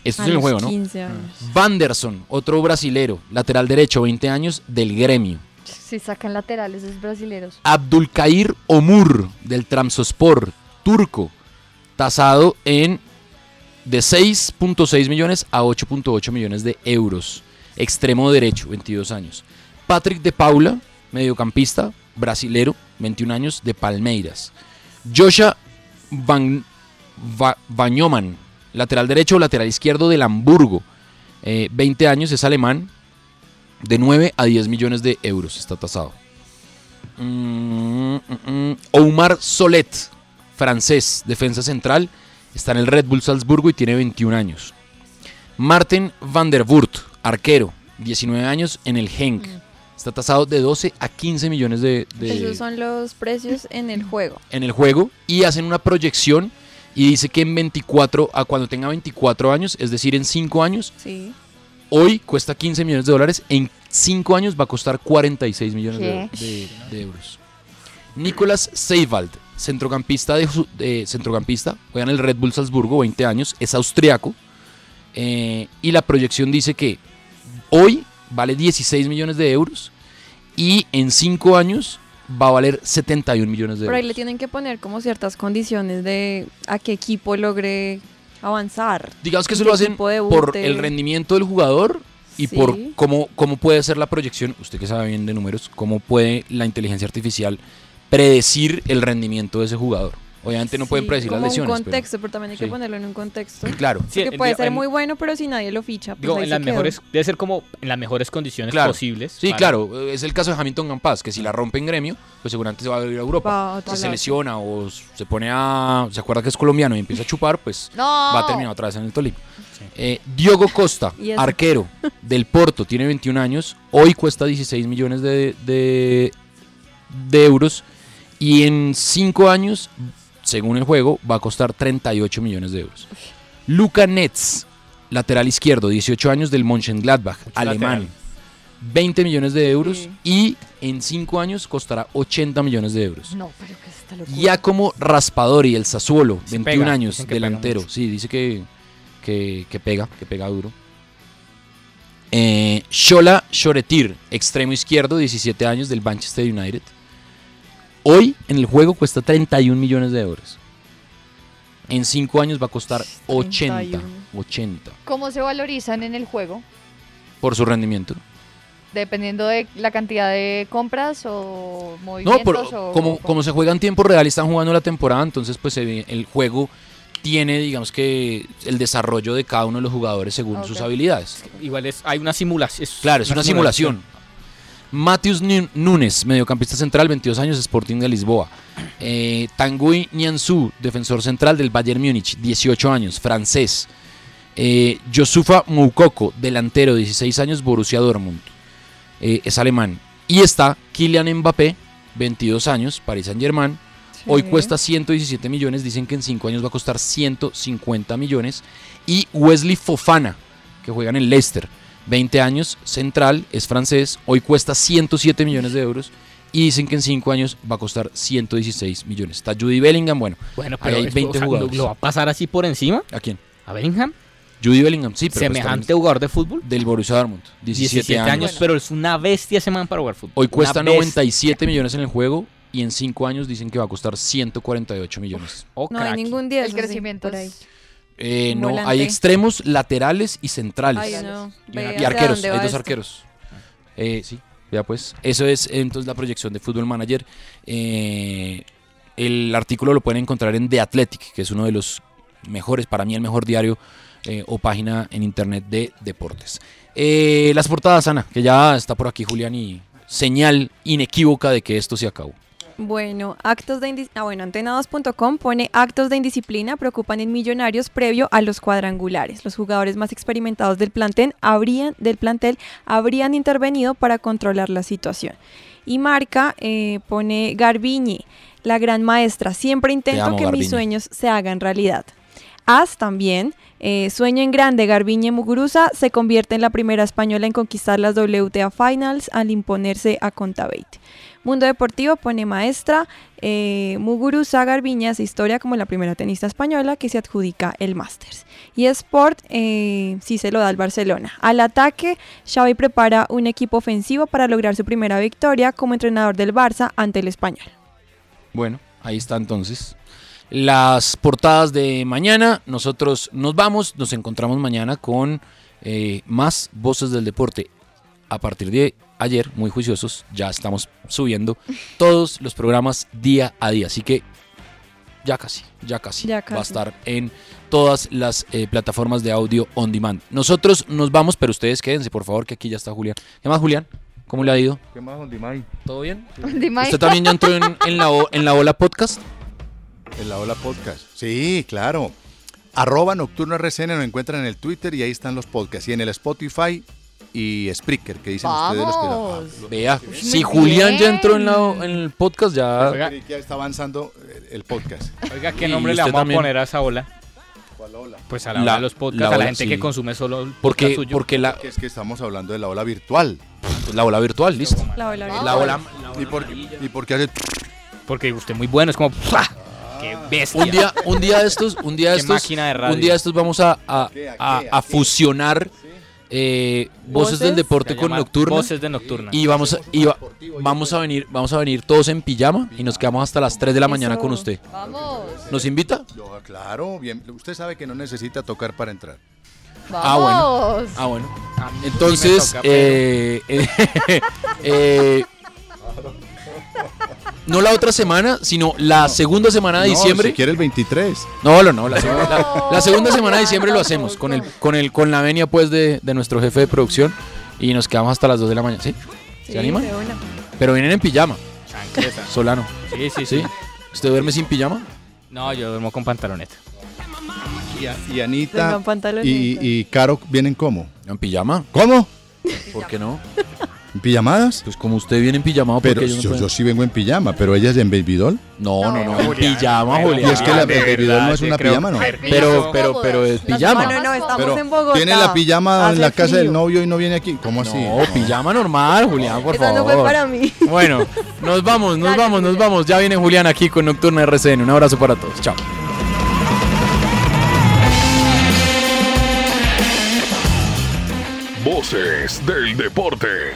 S3: Esto
S6: A
S3: es en el
S6: los
S3: juego, ¿no?
S6: 15 años.
S3: Vanderson, otro brasilero, lateral derecho, 20 años, del gremio.
S5: Si sacan laterales esos brasileros.
S3: Abdulkair Omur, del Tramsospor, turco, tasado en de 6.6 millones a 8.8 millones de euros. Extremo derecho, 22 años. Patrick de Paula, mediocampista, brasilero, 21 años, de Palmeiras. Joshua Van, Va- Vanyoman, lateral derecho o lateral izquierdo del Hamburgo, eh, 20 años, es alemán, de 9 a 10 millones de euros, está tasado. Mm, mm, mm. Omar Solet, francés, defensa central, está en el Red Bull Salzburgo y tiene 21 años. Martin van der Wurt, arquero, 19 años en el Genk. Está tasado de 12 a 15 millones de, de-
S6: Mm. Esos son los precios en el juego.
S3: en el juego y hacen una proyección y dice que en 24 a cuando tenga 24 años, es decir, en 5 años,
S6: Sí.
S3: hoy cuesta 15 millones de dólares, en 5 años va a costar 46 millones de,
S5: ¿Qué?
S3: de- de euros. Nicolás Seivald, centrocampista de, Ju- de- centrocampista, juega en el Red Bull Salzburgo, 20 años, es austriaco eh, y la proyección dice que hoy vale 16 millones de euros y en 5 años va a valer 71 millones de
S6: Pero
S3: euros.
S6: ahí le tienen que poner como ciertas condiciones de a qué equipo logre avanzar.
S3: Digamos que
S6: ¿En
S3: eso
S6: qué
S3: lo hacen
S6: equipo debute?
S3: por el rendimiento del jugador y
S6: Sí.
S3: por cómo, cómo puede ser la proyección, usted que sabe bien de números, cómo puede la inteligencia artificial predecir el rendimiento de ese jugador. Obviamente no pueden
S6: Sí,
S3: predecir las
S6: como
S3: lesiones.
S6: un
S3: pero-
S6: contexto, pero, también hay
S3: Sí.
S6: que ponerlo en un contexto.
S3: claro,
S4: Sí,
S6: Porque
S4: en-
S6: puede
S4: digo,
S6: ser
S4: en-
S6: muy bueno, pero si nadie lo ficha, pues
S4: Digo,
S6: ahí
S4: en
S6: se
S4: las
S6: quedó.
S4: mejores, debe ser como en las mejores condiciones
S3: claro.
S4: posibles.
S3: Sí,
S4: para-
S3: claro, es el caso de Hamilton Campas, que si la rompe en gremio, pues seguramente se va a ir a Europa.
S6: Va a otro
S3: si se
S6: lado.
S3: lesiona o se pone a. se acuerda que es colombiano y empieza a chupar, pues
S5: No.
S3: va a terminar otra vez en el Tolima. Eh, Diogo Costa,
S6: Y eso.
S3: arquero del Porto, tiene 21 años, hoy cuesta 16 millones de, de- de euros y en 5 años, según el juego, va a costar 38 millones de euros. Luca Netz, lateral izquierdo, 18 años del Mönchengladbach, alemán,
S4: lateral.
S3: 20 millones de euros
S6: Sí.
S3: y en 5 años costará 80 millones de euros.
S5: No, pero que está locura.
S3: Giacomo Raspadori, el Sassuolo,
S4: Sí
S3: 21
S4: pega,
S3: años,
S4: dicen que pega
S3: delantero.
S4: mucho.
S3: Sí, dice que, que, que pega, que pega duro. Eh, Shola Shoretir, extremo izquierdo, 17 años, del Manchester United. Hoy en el juego cuesta 31 millones de euros. En 5 años va a costar 80,
S6: 31.
S3: 80
S5: ¿Cómo se valorizan en el juego?
S3: por su rendimiento.
S5: Dependiendo de la cantidad de compras o
S3: No,
S5: movimientos.
S3: pero
S5: o-
S3: como, como se juega en tiempo real, y están jugando la temporada, entonces pues se- el juego tiene, digamos que, el desarrollo de cada uno de los jugadores según
S5: Ok.
S3: sus habilidades.
S4: Igual es, hay una simulación.
S3: Claro, es una, simulación. Matius Nu- Núñez, mediocampista central, 22 años, Sporting de Lisboa. Eh, Tanguy Nianzou, defensor central del Bayern Múnich, 18 años, francés. Eh, Yosufa Moukoko, delantero, 16 años, Borussia Dortmund. Eh, es alemán. Y está Kylian Mbappé, 22 años, Paris Saint-Germain. Hoy
S10: Sí.
S3: cuesta 117 millones, dicen que en 5 años va a costar 150 millones. Y Wesley Fofana, que juega en el Leicester, 20 años, central, es francés, hoy cuesta 107 millones de euros. Y dicen que en 5 años va a costar 116 millones. Está Judy Bellingham, bueno,
S4: Bueno,
S3: ahí
S4: pero
S3: hay
S4: es-
S3: 20
S4: o sea, ¿lo-
S3: jugadores.
S4: ¿lo va a pasar así por encima?
S3: ¿A quién?
S4: ¿A Bellingham?
S3: Judy Bellingham, sí, pero pues
S4: Semejante jugador de fútbol.
S3: Del Borussia Dortmund, 17,
S4: 17 años,
S3: años.
S4: pero es una bestia ese man para jugar fútbol.
S3: Hoy
S4: Una
S3: cuesta
S4: bestia.
S3: 97 millones en el juego y en 5 años dicen que va a costar 148 millones.
S4: Oh,
S6: No hay ningún día
S5: El crecimiento es-
S3: Eh, no,
S6: volante.
S3: hay extremos, laterales y centrales.
S6: Ay, no.
S3: y, una-
S6: Ve
S3: y
S6: hacia
S3: arqueros,
S6: dónde
S3: hay
S6: va
S3: dos
S6: esto.
S3: arqueros. Eh, sí, ya pues. Eso es entonces la proyección de Fútbol Manager. Eh, el artículo lo pueden encontrar en The Athletic, que es uno de los mejores, para mí el mejor diario eh, o página en internet de deportes. Eh, las portadas, Ana, que ya está por aquí Julián y señal inequívoca de que esto se acabó.
S6: Bueno, actos de indis- ah, bueno, antena2.com pone actos de indisciplina preocupan en millonarios previo a los cuadrangulares. Los jugadores más experimentados del plantel habrían, del plantel habrían intervenido para controlar la situación. Y marca eh, pone Garbiñe, la gran maestra. Siempre intento
S11: amo,
S6: que
S11: Garbiñe.
S6: mis sueños se hagan realidad. As también, eh, sueño en grande, Garbiñe Muguruza se convierte en la primera española en conquistar las WTA Finals al imponerse a Contabate. Mundo Deportivo pone maestra, eh, Muguruza Garbiñe hace historia como la primera tenista española que se adjudica el Masters. Y Sport eh, sí se lo da al Barcelona. Al ataque, Xavi prepara un equipo ofensivo para lograr su primera victoria como entrenador del Barça ante el español.
S3: Bueno, ahí está entonces. Las portadas de mañana. Nosotros nos vamos, nos encontramos mañana con eh, más voces del deporte. A partir de ayer, muy juiciosos, ya estamos subiendo todos los programas día a día. Así que ya casi, ya casi.
S6: Ya casi.
S3: Va a estar en todas las eh, plataformas de audio on demand. Nosotros nos vamos, pero ustedes quédense, por favor, que aquí ya está Julián. ¿Qué más, Julián? ¿Cómo le ha ido?
S12: ¿Qué más, Don Dimay?
S3: ¿Todo bien?
S5: Dimay.
S3: ¿Usted también ya entró en, en la, o- en la ola podcast?
S12: En la Ola Podcast. Sí, claro. Arroba Nocturno RCN nos encuentran en el Twitter y ahí están los podcasts. Y en el Spotify y Spreaker, que dicen ustedes los que...
S5: Vamos.
S3: Vea,
S12: Muy
S3: si Julián ya entró en, la- en el podcast, ya.
S12: Oiga, creí que ya está avanzando el, el podcast.
S4: Oiga, ¿qué
S3: Y
S4: nombre le
S3: usted
S4: vamos
S3: también.
S4: a poner a esa ola? Pues a la, ola de los podcasts, a la
S3: ola,
S4: gente
S3: sí.
S4: que consume solo el
S3: porque,
S4: podcast suyo.
S3: porque la
S12: es que estamos hablando de la ola virtual.
S3: la ola virtual, listo.
S6: La ola
S3: La ola-
S12: ¿Y por, ¿Y por qué hace?
S4: Porque usted muy bueno, es como. ¡pua! ¡Qué bestia!
S3: Ah. Un día, un día de estos, un día de
S4: Qué
S3: estos,
S4: máquina de radio.
S3: un día de estos vamos a, a-
S4: qué, a
S3: a-
S4: qué,
S3: a fusionar eh, voces,
S4: Voces.
S3: del deporte
S4: Se
S3: con
S4: llama
S3: nocturna.
S4: Voces de Nocturna.
S3: Y vamos a, y va- vamos a venir, vamos a venir todos en pijama y nos quedamos hasta las 3 de la mañana con usted.
S5: Vamos.
S3: ¿Nos invita?
S12: Yo, claro, bien. Usted sabe que no necesita tocar para entrar.
S3: Ah, bueno.
S5: Vamos.
S3: Ah, bueno. Entonces,
S12: toca, pero-
S3: eh, eh, eh, no la otra semana, sino la segunda semana de
S12: No,
S3: diciembre.
S12: si quiere el 23.
S3: No, no, no. La, segunda- la- la segunda semana de diciembre lo hacemos con el, con el, con la venia pues de, de nuestro jefe de producción y nos quedamos hasta las 2 de la mañana. ¿Sí? ¿Se animan? Pero vienen en pijama.
S4: Chancleta.
S3: Solano.
S4: Sí, sí, sí.
S3: ¿Usted duerme sin pijama?
S4: No, yo duermo con pantaloneta.
S12: Y, y
S6: Venga,
S12: Anita
S6: un pantaloneta.
S12: y, y Caro vienen cómo?
S3: En pijama.
S12: ¿Cómo?
S3: ¿Por qué no?
S12: ¿En pijamadas?
S3: Pues como usted viene en pijama,
S12: pero
S3: qué yo no
S12: yo, yo,
S3: puedo?
S12: sí vengo en pijama, pero ella es en baby doll.
S3: No, no, no. En
S12: Julián,
S3: pijama,
S12: bueno,
S3: Julián.
S12: Y es que la- el
S3: De
S12: baby doll
S3: verdad,
S12: no es
S3: yo
S12: una
S3: creo-
S12: pijama, ¿no?
S3: Pero, pero, pero es pijama.
S6: Ah, No, no, no, estamos
S12: Pero
S6: en Bogotá.
S12: tiene la pijama
S6: Hace
S12: en la casa
S6: frío.
S12: del novio y no viene aquí. ¿Cómo así?
S3: No, pijama normal, Julián, por
S6: Esa
S3: favor.
S6: no fue para mí.
S3: Bueno, nos vamos, nos vamos, nos vamos. Ya viene Julián aquí con Nocturna RCN. Un abrazo para todos. Chao.
S2: Voces del deporte.